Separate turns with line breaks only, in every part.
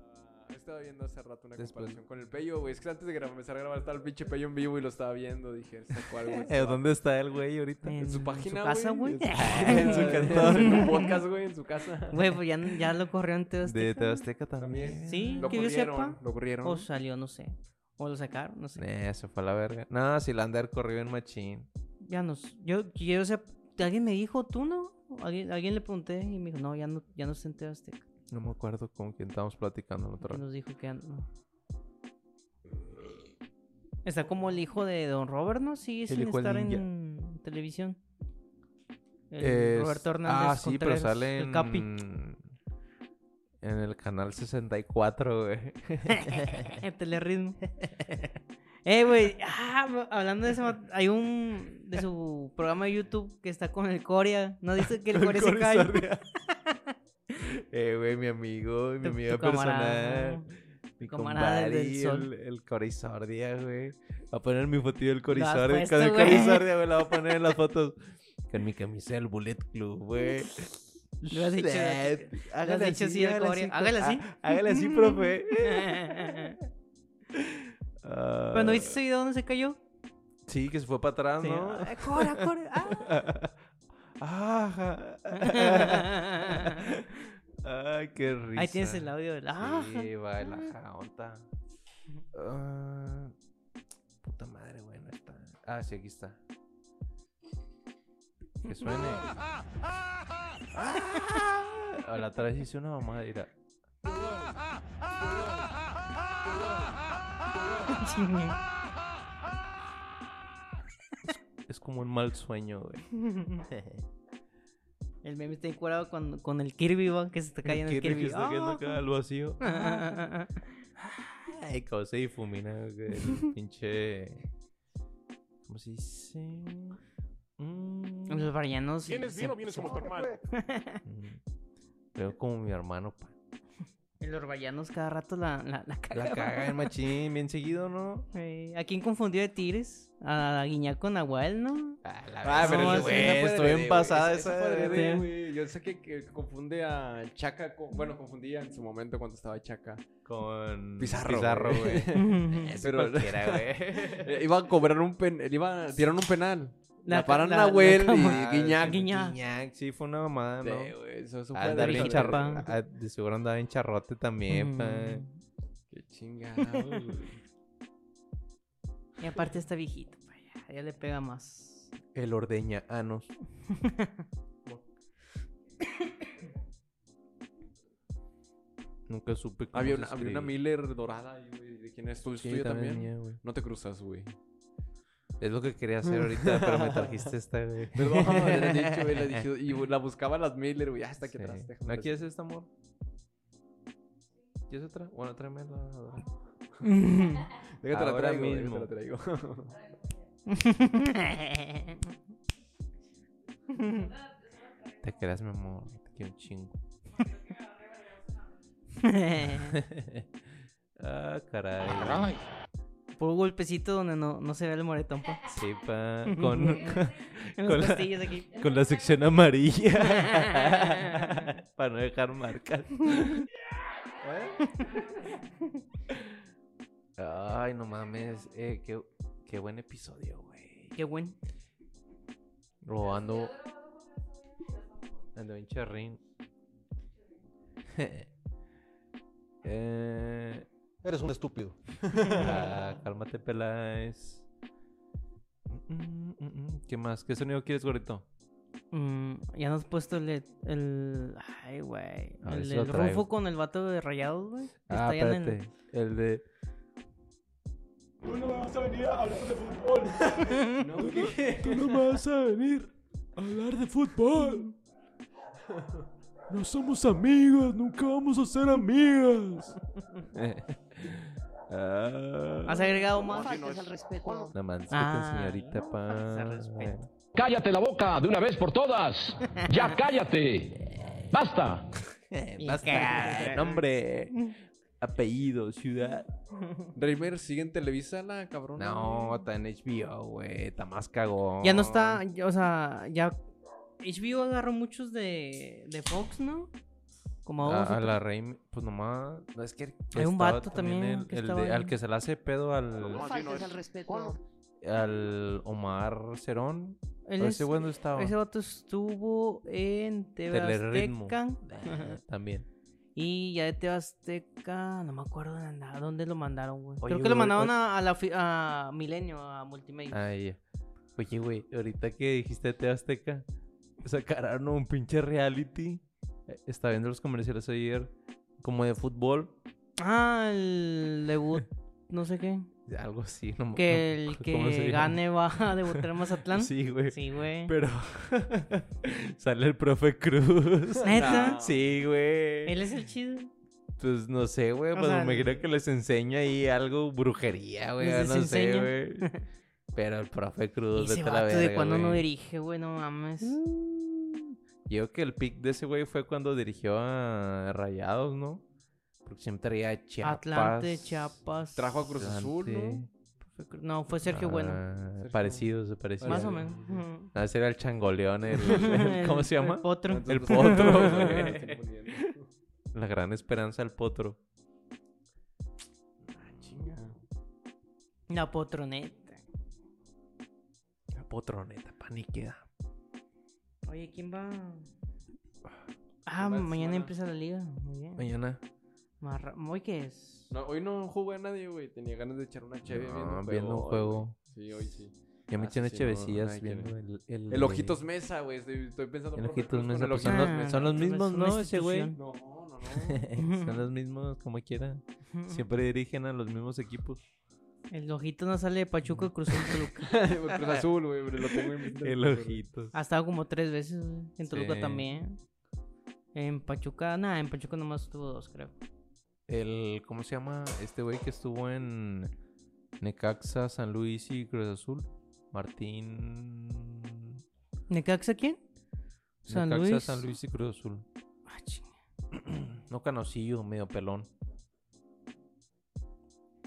Ah, estaba viendo hace rato una
Después.
comparación con el Pello, güey. Es que antes de gra- empezar a grabar estaba el pinche Pello en vivo y lo estaba viendo. Dije, ¿sacó algo?
Pues,
Eh, ¿Dónde está el güey ahorita?
En su página,
su casa, güey.
En su
cantón.
En su podcast, güey, en su casa.
Güey, pues ya, ya lo corrió en Teo
De
Azteca.
TV Azteca también.
También.
Sí,
Lo
que yo
corrieron,
sepa.
lo corrieron.
O salió, no sé. O lo sacaron, no sé.
Eh, se fue a la verga. No, si la andar corrió en machín.
Ya no sé. Yo, que yo sé. Alguien me dijo, ¿tú no? Alguien, alguien le pregunté y me dijo, no, ya no, ya no está en Teo Azteca.
No me acuerdo con quién estábamos platicando la otra
Que
vez.
nos dijo que ya no. Está como el hijo de Don Robert, ¿no? Sigue sin
hijo del
estar
ninja.
en televisión. El
Es-
Roberto Hernández.
Ah, sí, pero
Contreras,
sale
El Capi.
en... en el canal 64, güey.
El telerritmo. Eh, güey, ah, me- hablando de ese mat- hay un de su programa de YouTube que está con el Corea. No dice que el Corea se cae.
eh, güey, mi amigo, mi
Tu-
amigo
tu camarada,
personal. Mi
camarada
compadre,
del sol.
el, el Corizordia, güey. Va a poner mi fotillo del Corizordia.
puesto,
Con el
güey.
Corizordia, güey, la va a poner en las fotos. Con mi camisa del Bullet Club, güey.
Lo has dicho,
Eh,
lo has dicho así al Corea. Hágale así.
ah, Hágale así, profe. Ah,
Pero no viste ese video donde se cayó.
Sí, que se fue para atrás,
Sí,
¿no?
ah, Corea, Corea. ah.
Ajá. Ay, qué risa.
ah. Ahí tienes el audio del. Ah,
Sí, baila jaonta. Ah, puta madre, güey, no está. Ah, sí, aquí está. Que suene. Ah, la otra vez hice una mamada, mira.
chingue.
Es como un mal sueño, güey.
El meme está encuadrado con, con el Kirby, va, que se está cayendo el
Kirby
Kirby.
que está cayendo
Ah,
acá al vacío.
ah, ah, ah.
Ay, cómo se difumina güey, el pinche. ¿Cómo se dice? Mm,
Los varianos.
¿Vienes bien o vienes como tu hermano?
mm. Veo como mi hermano, pa.
En los vallanos cada rato la, la, la caga.
La caga el machín, bien seguido, ¿no?
Eh, ¿A quién confundió de Tigres? A Guiñac con Nahuel, ¿no?
Ah,
Ah, pero
No,
sí,
esa
güey,
fue
estoy
adrede,
bien
güey.
pasada
Esa-
esa.
esa fue
adrede.
adrede, güey. Yo sé que, que confunde a Chaca con... Bueno, confundía en su momento cuando estaba Chaca.
Con
Pizarro,
Mm, güey.
la,
Pero cualquiera, güey.
Eh, Iba a cobrar un pen... le Iba a tirar un penal. La,
la-
paran
la-
a Nahuel
la-
y Guiñac.
Guiñac.
Sí, fue una mamada,
Sí,
¿no? Ah,
güey, eso, eso fue
Andaba
adrede.
en
Ricky,
charro-
pa.
ah, De seguro andaba en charrote también, pa.
Mm.
Qué chingado, güey.
Y aparte está viejito, pa, ya, ya le pega más.
El ordeña
ah,
anos. Nunca supe cómo
Había
se
una, había una
escribe.
Miller dorada, ahí, güey. ¿De quién es? ¿Tú,
Sí,
tuyo
también
también?
mía, güey.
No te cruzas, güey.
Es lo que quería hacer ahorita, pero me trajiste esta, güey.
Perdón, le dije, güey, le dije- y güey, la buscaba las Miller, güey, hasta que
Sí.
atrás. déjame
¿No
ver.
quieres esta, amor? ¿Quieres otra? Bueno, tráeme la... la-
Déjate la
Ahora
traigo, güey,
mismo.
déjate la traigo.
Te creas, mi amor. Te quiero un chingo. ah, caray.
Caray.
Por un golpecito donde no, no se ve el moretón, pa.
Sí, pa. Con,
En
Con
las
la-
pastillas aquí.
con la sección amarilla. Para no dejar marcas. Ay, no mames. Eh, qué, qué buen episodio, güey.
Qué buen.
Robando. Ando en charrín. eh,
Eres un estúpido.
ah, cálmate, Peláez. Mm, mm, mm, ¿Qué más? ¿Qué sonido quieres, gorito?
Mm, ya nos has puesto el. de- el ay, güey.
A ver
El,
si lo
del
traigo.
Rufo con el vato de rayados, güey. que
Ah,
está allá en el-
espérate. El de.
Tú no vas a venir a hablar de fútbol.
Tú no vas a venir a hablar de fútbol. No somos amigas, nunca vamos a ser amigas. Ah.
Has agregado más.
La
Ah.
señorita, pa.
Falta de respeto.
Cállate la boca de una vez por todas. Ya cállate. Basta.
Y
Basta.
que-
Nombre, apellido, ciudad.
Reimer, ¿sigue en Televisa la cabrona?
No,
güey?
está en HBO, güey. Está más cagón.
Ya no está. ya- O sea, ya. HBO agarró muchos de, de Fox, ¿no? Como a dos.
A, a Ah, la reina, pues nomás. No, es que.
Hay un
estaba
vato también
el-
que
el de-
estaba ahí.
al que se le hace pedo al,
No faltes al respeto.
al Omar Cerón.
Él es-
ese bueno estaba.
Ese vato estuvo en TV
Telerritmo.
Azteca.
También.
Y ya de TV Azteca, no me acuerdo de nada, dónde lo mandaron, güey.
Oye,
Creo que lo
güey,
mandaron
oye.
a, a la fi- a Milenio, a Multimedia.
Ah, ya. Oye, güey, ahorita que dijiste Te Azteca, sacaron un pinche reality. Eh, Estaba viendo los comerciales ayer, como de fútbol.
Ah, el debut, no sé qué.
Algo así, no me-
Que
no me
el
acuerdo cómo se
que
llama.
gane va a debutar en Mazatlán.
Sí, güey.
Sí, güey.
Pero sale el profe Cruz. Ah,
Neta.
No.
Sí, güey.
Él es el chido.
Pues no sé, güey.
O
Pues
sea,
me creo que les enseña ahí algo, brujería, güey.
les
No sé,
enseña.
güey. Pero el profe Cruz,
Ese
vete a la
vato de
verga,
cuando no
güey. Mm.
dirige, güey, no mames.
Yo creo que el pick de ese güey fue cuando dirigió a Rayados, ¿no? Porque siempre traía Chiapas.
Atlante, Chiapas.
Trajo a Cruz Azul, ¿no?
Atlante.
No, fue Sergio Bueno.
Ah, Parecidos, parecidos.
Más o menos. Ujú.
No, ese era el changoleón, el- el- ¿Cómo se
El-
llama?
El potro.
El
Entonces,
potro,
pues,
güey.
me estoy poniendo.
La gran esperanza del potro.
Ah, chinga.
La potroneta.
La potroneta, paniqueda.
Oye, ¿quién va? Ah,
va esta
mañana
semana?
empieza la liga. Muy bien.
Mañana.
Marra- ¿Hoy qué es?
No, hoy no jugué a nadie, güey. Tenía ganas de echar una cheve viendo
No,
un
viendo un
hoy,
juego.
güey. Sí, hoy sí.
Ya me
Ah,
tiene
sí, no,
chevecillas
ay,
viendo
quién-
el, el.
El
de-
Ojitos Mesa, güey. Estoy, estoy pensando
El
profe
Ojitos
Cruz con
Mesa.
el
pues Son
Ojitos
los,
Ah,
son los
pues,
mismos,
es una
¿no? Ese güey.
institución.
No, no, no.
Son los mismos, como quiera. Siempre dirigen a los mismos equipos.
El ojito no sale de Pachuca, Cruz Azul, Toluca.
Pues
Cruz Azul, güey. Lo tengo en vista.
El ojitos.
Ha estado como tres veces, güey. En Toluca
Sí.
también. En Pachuca, nada, en Pachuca nomás tuvo dos, creo.
El, ¿cómo se llama? Este güey que estuvo en Necaxa, San Luis y Cruz Azul. Martín.
¿Necaxa quién? San
Necaxa,
Luis.
San Luis y Cruz Azul.
Ah, chinga.
No canocillo, medio pelón.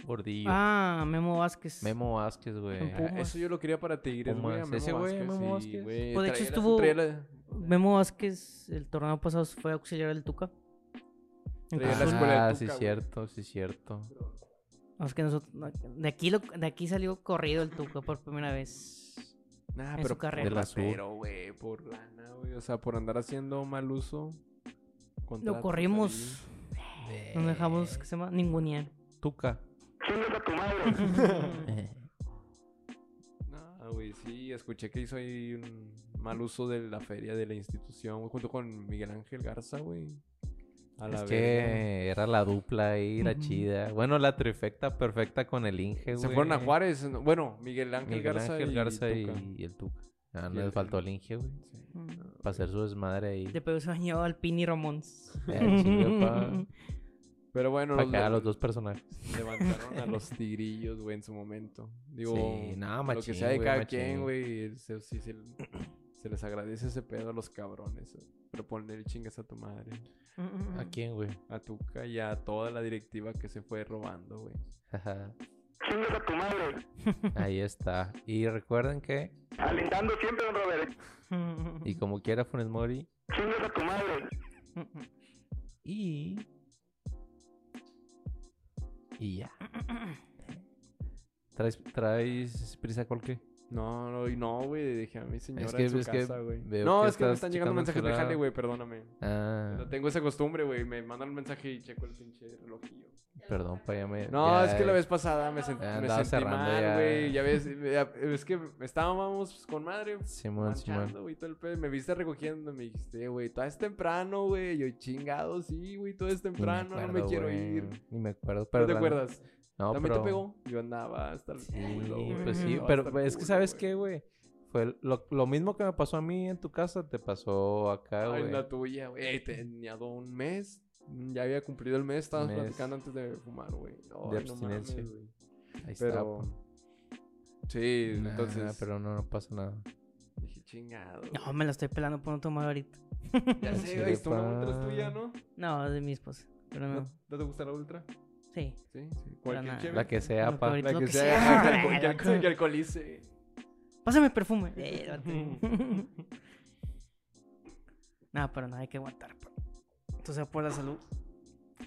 Gordillo.
Ah, Memo Vázquez.
Memo Vázquez, güey.
En Pumas.
Ah, Eso yo lo quería para Tigres, güey.
Pumas. Ese güey, Memo Vázquez.
Pues, de hecho, estuvo- Memo Vázquez, el torneo pasado fue auxiliar del Tuca. En
Traía
Cruz
la
Azul.
escuela de
Ah,
Tuca,
sí,
güey.
cierto, sí, cierto.
No, es que nosotros, de, aquí lo- de aquí salió corrido el Tuca por primera vez.
Nah,
en
pero
su carrera.
del azul.
Pero, güey, por lana, güey. O sea, por andar haciendo mal uso.
Lo
contratos
corrimos.
ahí.
No nos dejamos, que se llama? Ningunear.
Tuca. Eh,
No, güey, sí. Escuché que hizo ahí un mal uso de la feria de la institución, güey. Junto con Miguel Ángel Garza, güey. A
Es
la verga.
que era la dupla ahí, la
Ujú.
chida. Bueno, la trifecta perfecta con el Inge, güey.
Se fueron a Juárez. ¿no? Bueno, Miguel Ángel
Miguel
Garza.
Ángel
y
Garza y,
Tuca.
y el Tuca. Ah,
Y
no
el-
les faltó el Inge, güey. Para hacer su desmadre ahí.
De pedo se bañó al Pini Ramón.
Eh, chido, pa.
Pero bueno,
Para
los,
cagar a los dos personajes.
levantaron a los tigrillos, güey, en su momento. Digo, pues,
Sí, no,
lo
machín,
que sea de
güey,
cada
machín.
quien, güey, se, sí se, se les agradece ese pedo a los cabrones. eh. Pero poner chingas a tu madre,
¿A quién, güey?
a Tuca y a toda la directiva que se fue robando, güey.
Ajá. Ahí está. Y recuerden que, y como quiera Funes Mori, y... Y ya. ¿Traes, traes prisa con qué?
No, no, y no, güey, dejé a mi señora
que-
en su
es que
casa, güey.
veo
No,
que
es que me
estás
están llegando
checando el
mensajes de
celular.
jale, güey, perdóname.
Ah,
No tengo esa costumbre, güey, me mandan un mensaje y checo el pinche relojillo.
perdón, pa, ya me...
No,
Eh, ya-
es que la vez pasada me, sent-
ya
me
andaba
sentí
cerrando
mal,
ya.
güey. Ya ves, eh, ya- es que estábamos con madre,
Simón, Simón.
manchando, güey, todo el pedo. Me viste recogiendo, me dijiste, güey, todo es temprano, güey. Yo, chingado, sí, güey, todo es
Ni me
temprano, no me
acuerdo,
quiero
güey,
ir.
Ni me acuerdo, pero...
¿No te
la-
acuerdas?
No,
También
pero...
te pegó. Yo andaba hasta el culo,
Sí,
güey.
pues sí,
Andaba
pero
hasta el
pues, es que
culo,
sabes
güey.
qué, güey. Fue lo, lo mismo que me pasó a mí en tu casa, te pasó acá,
Ay,
Ah, güey.
la tuya, güey. Tenía do- un mes. Ya había cumplido el mes. Estábamos
Mes.
platicando antes de fumar, güey. Ay, no
abstinencia.
mames, güey.
Ahí está.
Pero.
po.
Sí,
Nah,
entonces.
pero no, no pasa nada.
Dije, chingado.
No, me la estoy pelando por no tomar ahorita.
Ya
Sí,
sé, güey, esto
pa.
una ultra es tuya, ¿no?
No, de mi esposa. Pero
¿No,
no.
no te gusta la ultra?
Sí.
Sí, sí. Cualquier
nada.
chévere.
La que sea,
Lo
pa.
favorito.
La
Lo
que
que
sea.
sea.
que alco- que alco- Que alcoholice.
Pásame perfume. Eh, no, pero no hay que aguantar. pa. O sea, por la salud.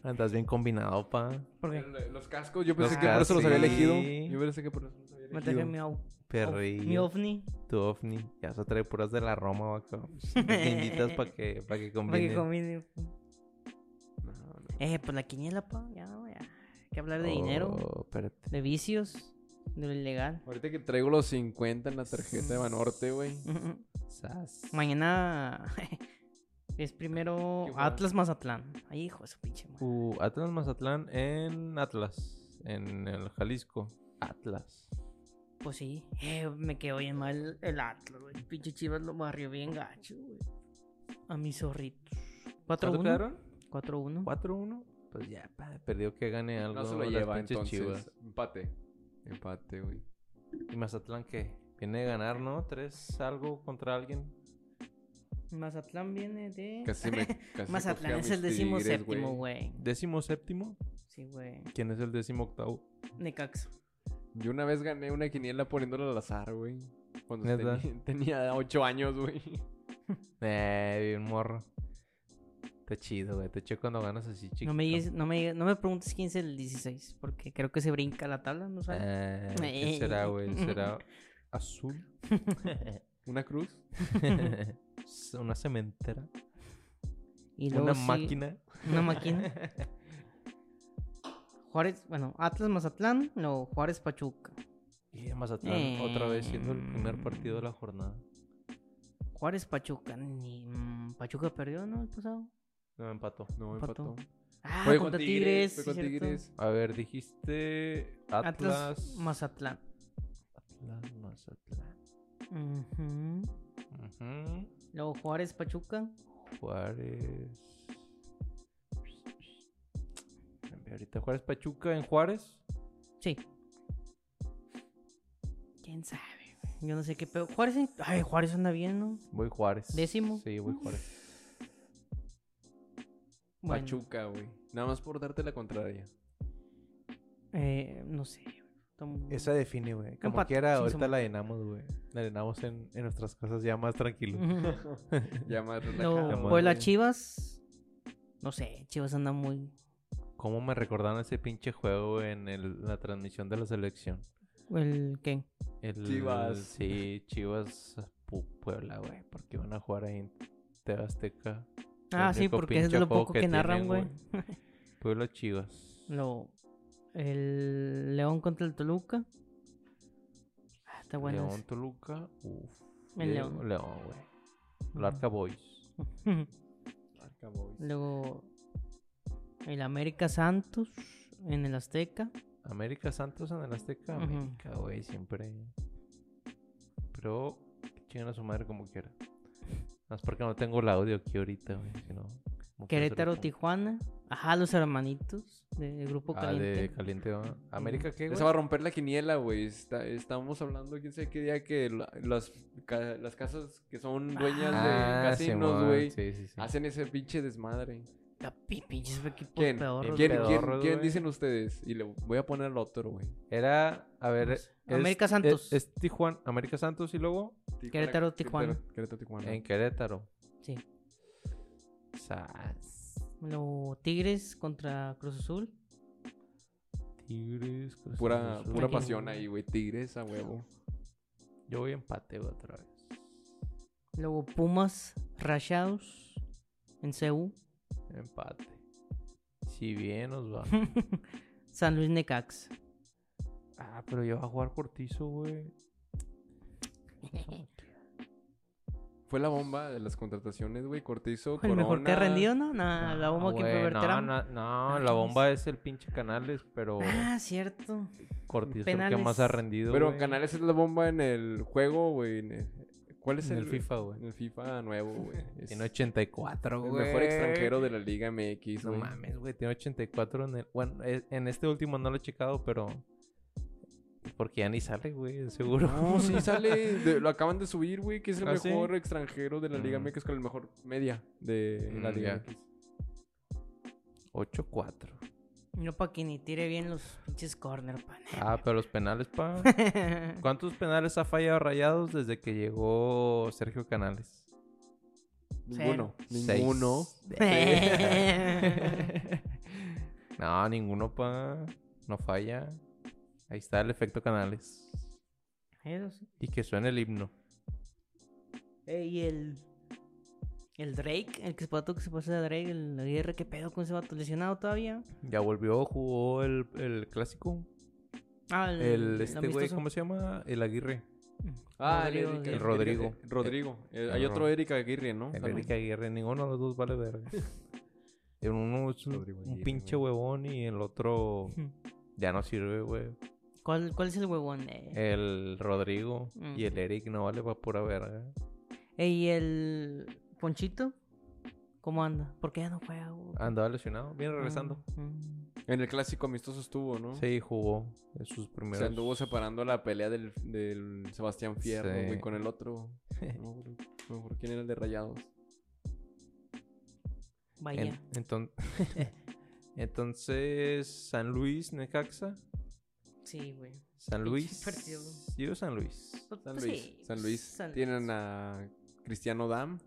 Andas bien combinado, pa.
¿Por qué?
Pero Los cascos, yo pensé
Los
que por eso los había
cascos,
elegido.
sí.
Yo pensé que por eso los había
Me
elegido.
traje mi, au-
Perri.
mi ovni
Tu ovni. Ya se trae puras de la Roma, vaca. Pequeñitas para que, pa que
para que
combine.
combine.
No, no.
Eh, pues la quiniela, pa. Ya, ya. Hay que hablar de dinero,
Oh, espérate.
de vicios, de lo ilegal.
Ahorita que traigo los 50 en la tarjeta de Banorte, güey.
Sas.
Mañana es primero
¿Qué juega?
Atlas Mazatlán. Ay, hijo de su pinche madre.
Uh, Atlas Mazatlán en Atlas. En el Jalisco. Atlas.
Pues sí, eh, me quedó bien mal el Atlas, güey. Pinche Chivas lo barrió bien gacho, güey. A mis zorritos.
¿Cuánto
4-1.
quedaron?
4-1.
4-1. Pues ya, pa, perdió que gane algo.
No se lo
las
lleva,
pinches
entonces.
Chivas.
Empate. Empate, güey.
¿Y Mazatlán qué? Viene de ganar, ¿no? ¿Tres algo contra alguien?
Mazatlán viene de.
Casi me. Casi
Mazatlán es el décimo séptimo, güey.
¿Décimo séptimo?
Sí, güey.
¿Quién es el décimo octavo?
Necaxa.
Yo una vez gané una quiniela poniéndola al azar, güey. Cuando
¿Neta?
teni- tenía 8 años, güey.
Eh, bien morro. Está chido, güey. Te chido cuando ganas así, chiquito.
No me, digas- no, me, digas- no me preguntes quién es el 16, porque creo que se brinca la tabla, ¿no sabes?
Eh, ¿Qué será, güey? ¿Será azul?
¿Una cruz?
¿Una cementera?
y luego
¿Una
sí-
máquina?
Una máquina. Juárez, bueno, Atlas Mazatlán, no, Juárez Pachuca.
Y Mazatlán otra vez siendo el
Em.
primer partido de la jornada.
Juárez Pachuca, ni mm, Pachuca perdió, ¿no? El pasado.
No, empató.
No,
Empató.
empató.
Ah,
Fue
contra Tigres.
Fue
sí,
con
cierto.
Tigres.
A ver, dijiste
Atlas,
Atlas...
Mazatlán.
Atlas Mazatlán.
Ujú.
Ujú.
Luego Juárez Pachuca.
Juárez. Espérame, Ahorita Juárez Pachuca en Juárez.
Sí. ¿Quién sabe? güey? Yo no sé qué pedo. Juárez, en- ay, Juárez anda bien, ¿no?
Voy Juárez.
Décimo.
Sí, voy Juárez.
Bueno,
Pachuca, güey. Nada más por darte la contraria.
eh, no sé. güey. Tom-
define, güey.
Como Empate, quiera, sin ahorita sumar.
la llenamos, güey. La llenamos en, nuestras casas ya más tranquilos.
Ujú.
Ya más relajado.
Luego
Jamás,
Puebla
güey.
Chivas. No sé, Chivas anda muy.
¿Cómo me recordaron ese pinche juego en el- la transmisión de la selección?
¿El qué?
El-
Chivas.
Sí, Chivas Pu- Puebla, güey. Porque van a jugar ahí en TV Azteca.
Ah,
El
sí,
único
porque es
pinche
de lo
juego
poco que,
tienen,
narran, güey.
Puebla Chivas.
Lo. El León contra el Toluca. Ah, está bueno.
León Toluca. Uf.
El
Yo
León.
digo León, güey. Larca Boys.
ese.
Arca Boys.
Luego. El América Santos. En el Azteca.
América Santos en el Azteca.
Ujú.
América, güey, siempre. Pero que chinguen a su madre como quiera. Más porque no tengo el audio aquí ahorita, güey. si no, como quiera se lo
Querétaro,
pongo.
Tijuana. Ajá, los hermanitos. Del grupo
Ah, de
caliente.
caliente. ¿va? América, ¿qué,
Esa va a
güey?
romper la quiniela, güey. Está- estamos hablando, quién sabe qué día, que la- las, ca- las casas que son dueñas
Ah,
de casinos,
Simón,
güey,
Sí, sí, sí.
hacen ese pinche desmadre.
La Ah, pi- pinches equipos
¿Quién?
pedorros,
¿Quién,
güey.
quién-
Pedorros,
quién
güey.
dicen ustedes? Y le voy a poner al otro, güey.
Era, a ver.
No sé.
es-
América
es-
Santos.
Es, Tijuana, América Santos y luego
Tijuana-
Querétaro, Tijuana.
Querétaro, Querétaro, Tijuana.
en Querétaro.
Sí.
Sas.
Luego Tigres contra Cruz Azul.
Tigres. Cruz
Pura,
Azul.
pura
Aquí.
pasión ahí, güey. Tigres a huevo.
Yo voy empate güey, otra vez.
Luego Pumas, Rayados. En CU.
Empate. Si bien nos va.
San Luis Necax.
ah, pero ya va a jugar Cortizo, güey.
Fue la bomba de las contrataciones, güey. Cortizo,
El
Corona.
mejor que ha rendido, ¿no? Nah, Ah, la bomba que
Ah, güey,
pervertirá.
No, no, no,
Ah,
la
¿quién
bomba es el pinche Canales, pero
Ah, cierto.
Cortizo es el
penales.
que más ha rendido.
Pero
güey,
Canales es la bomba en el juego, güey. en el- ¿Cuál es
en el FIFA, güey.
En el FIFA nuevo, güey. Es
Tiene 84,
el
güey.
mejor extranjero de la Liga MX,
No
güey.
mames, güey. Tiene 84 en el. Bueno, es- en este último no lo he checado, pero. Porque ya ni sale, güey,
No,
seguro.
sí sale. de- lo acaban de subir, güey, que es el
¿Ah, sí?
mejor extranjero de la Liga
Mm.
MX con el mejor media de la
Mm,
Liga
ya.
MX.
8-4.
No para que ni tire bien los pinches corner, pan.
Ah, pero los penales, pa. ¿Cuántos penales ha fallado Rayados desde que llegó Sergio Canales?
Ninguno.
Seis.
Ninguno.
no, ninguno, pa. No falla. Ahí está el efecto canales.
Eso sí.
Y que suene el himno.
Eh, y el. El Drake, el que se vato que se pasa de Drake, el Aguirre, ¿qué pedo con ese vato? ¿Lesionado todavía?
Ya volvió, jugó el, el clásico.
Ah,
El, este güey,
amistoso.
¿cómo se llama? El Aguirre.
Ah,
Rodrigo,
Erika-
el
Erika-
Rodrigo.
Rodrigo. Eh,
el
hay otro
Ro-
Erika Aguirre, ¿no?
El
También.
Enrique Aguirre. Ninguno de los dos vale verga. El uno es un,
Rodrigo
un
Aguirre,
pinche
güey.
huevón y el otro ya no sirve, güey.
¿Cuál, ¿Cuál es el huevón? Eh,
El Rodrigo
Mm.
y el Eric no vale para pura verga.
eh, ¿Y el Ponchito? ¿Cómo anda? ¿Por qué ya no juega? güey?
Andaba lesionado,
Ah.
viene Ah, regresando.
Mm.
En el clásico amistoso estuvo, ¿no?
Sí, jugó en sus primeros.
Se anduvo separando la pelea del, del Sebastián Fierro,
Sí.
güey, con el otro. No me acuerdo- no me acuerdo quién era el de Rayados.
Vaya.
En- enton- Entonces, San Luis, Necaxa.
Sí, güey.
San
Pinche
Luis.
partido.
Yo San Luis.
Pues-
San
pues
Luis.
sí,
San Luis.
San
Tienen
Luis.
a Cristiano Dam.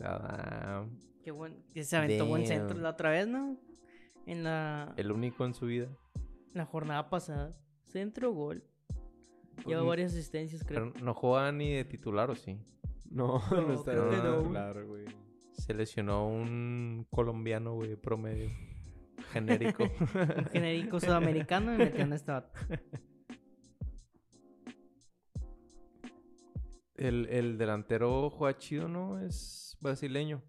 Adam,
Qué buen... que se aventó buen centro
Damn.
la otra vez, ¿no? En la,
el único en su vida.
la jornada pasada. Centro, gol. Lleva
Mm.
varias asistencias, creo.
Pero no jugaba ni de titular, ¿o sí?
No, no,
No,
está
creo que no, güey.
claro, güey.
Se lesionó un colombiano, güey, promedio. Genérico.
Un genérico sudamericano y metió en esta
el, el delantero juega chido, ¿no? Es brasileño.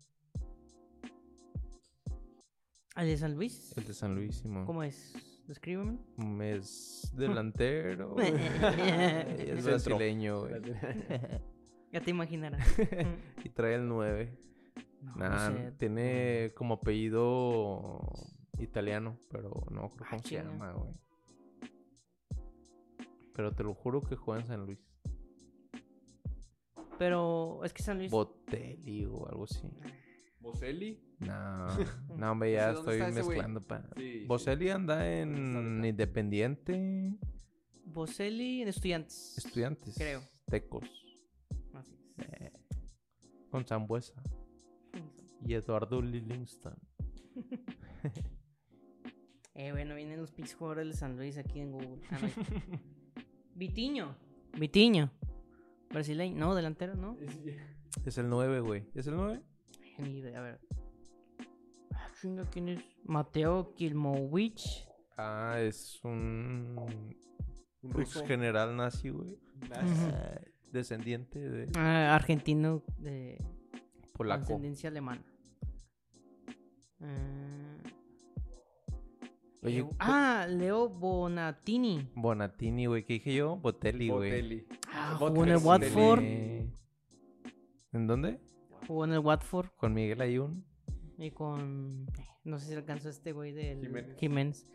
¿Al de San Luis?
El de San Luis, Simón. Mm,
¿Cómo es? Descríbeme.
Es delantero. güey.
Eh,
Y es
ya
Centro.
brasileño, güey.
te imaginarás. Mm.
Y trae el 9.
No, no
Nah,
sé.
tiene como apellido italiano, pero no creo
Ah,
cómo se
chinga.
llama, güey. Pero te lo juro que juega en San Luis.
Pero es que San Luis.
Botelli o algo así.
¿Boselli?
No, no, hombre, ya
¿dónde
estoy
está ese güey?
mezclando. Pa.
Sí, sí.
Boselli anda
Está,
en
está.
Independiente
Boselli en Estudiantes.
Estudiantes.
Creo.
Tecos.
Así es.
eh, con Zambuesa. Y Eduardo Lillingston.
Eh, bueno, vienen los pinches jugadores de San Luis aquí en Google. Ah, no. Vitiño. Vitiño. Brasileño. No, delantero, ¿no?
Es el 9, güey. ¿Es el 9?
Ni idea, a ver. Ah, chinga, ¿quién es? Mateo Kilmowicz.
Ah, es un
Un
ex
ruso.
general nazi, güey. Ah, Descendiente de
Ah, argentino de
polaco.
ascendencia alemana. Ah,
Oye,
Leo- ah, Leo Bonatini.
Bonatini, güey. ¿Qué dije yo? Botelli, güey.
Botelli.
Ah,
Bot-
jugó en el
Botelli.
Watford.
Eh, ¿En dónde?
Jugó en el Watford.
Con Miguel Ayun.
Y con. No sé si alcanzó este güey del Jiménez.
Jiménez.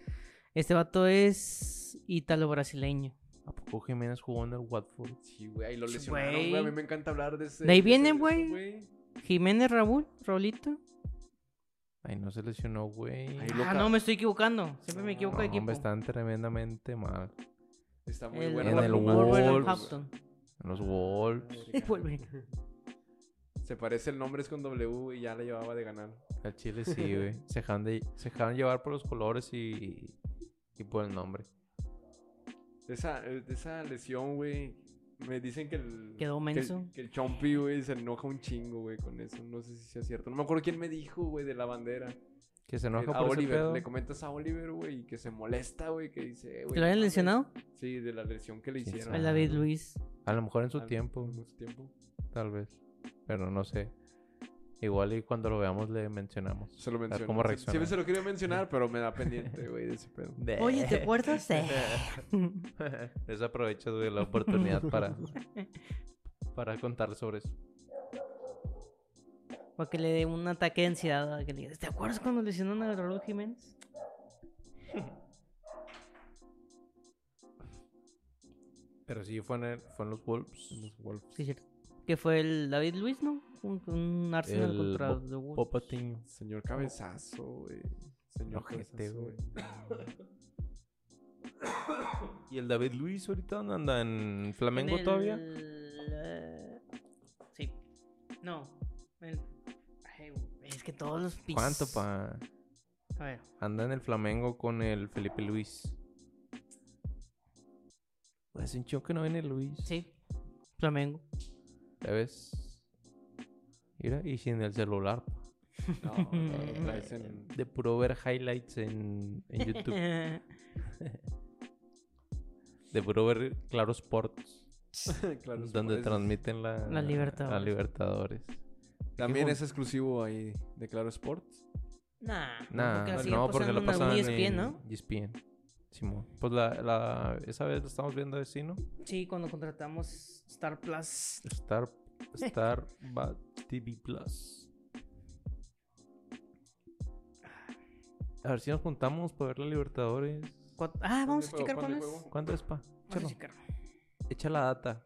Este vato es italo-brasileño.
¿A poco Jiménez jugó en el Watford?
Sí, güey, ahí lo lesionaron,
Güey.
güey. A mí me encanta hablar de ese.
De ahí
ese-
viene,
eso,
güey. Jiménez Raúl, Raulito.
Ay, no se lesionó, güey.
Ay,
Ah,
loca.
no, me estoy equivocando. Siempre me
No,
equivoco
No,
de
hombre,
equipo.
están tremendamente mal.
Está muy
El-
bueno.
En
la
el
pluma.
Wolves. En los Wolves.
Wolverine.
Se parece el nombre, es con W y ya la llevaba de ganar.
Al Chile sí, güey. Se dejaron, de- se dejaron llevar por los colores y, y por el nombre.
De esa, eh, de esa lesión, güey. Me dicen que el.
Quedó
que el-
menso.
Que, el Chompi, güey, se enoja un chingo, güey, con eso. No sé si sea cierto. No me acuerdo quién me dijo, güey, de la bandera.
Que se
Que
enoja
a
por ese
Oliver.
pedo.
Le comentas a Oliver, güey, y que se molesta, güey, que dice. eh, güey,
¿Que lo hayan
mames.
lesionado?
Sí, de la lesión que le
¿Quién
hicieron.
El
Ah,
David Luis.
A lo mejor en su
Al-
tiempo.
en su tiempo.
Tal vez. Pero no sé. Igual y cuando lo veamos le mencionamos.
Se lo mencioné.
cómo
Se-
reacciona.
Siempre se lo quería mencionar, pero me da pendiente, güey, de ese pedo.
Oye, ¿te acuerdas? Eh.
Desaprovechas, güey, la oportunidad para, para contar sobre eso.
Para que le dé un ataque de ansiedad. a que le diga, ¿Te acuerdas cuando lesionaron a Raúl Jiménez?
Pero sí, fue en, el- fue en los Wolves.
Sí, cierto. Que fue el David Luis, ¿no? Un, un Arsenal
El
contra
Bo-
The Wolves.
Popatiño.
Señor cabezazo, güey. Señor
Ojete,
cabezazo,
güey.
güey.
¿Y el David Luis ahorita dónde anda? ¿En Flamengo
En el-
todavía?
eh, Sí. No. el- Ay, güey, es que todos los pisos.
¿Cuánto, pa?
A ver.
Anda en el Flamengo con el Felipe Luis. Pues un chico que no viene Luis.
Sí. Flamengo.
Ya ves. Mira, y sin el celular. pa.
No, no, lo traes en-
De puro ver highlights en, en YouTube. De puro ver Claro Sports.
Claro,
donde
Sports.
transmiten la,
La Libertadores.
la Libertadores.
También
jun-
es exclusivo ahí de Claro Sports.
nah.
Nah,
porque la siguen
no, porque lo
pasando
pasan
en ESPN, ¿no?
ESPN. Simón. Pues la, la, esa vez lo estamos viendo así, ¿no?
Sí, cuando contratamos Star Plus.
Star, Star Ba- TV Plus. A ver si nos juntamos para ver la Libertadores.
Cuat- Ah, vamos a
juego?
checar cuál
¿Cuándo
es.
juego?
Vamos
¿Cuánto es, pa?
a
Échalo.
checar.
Echa la data.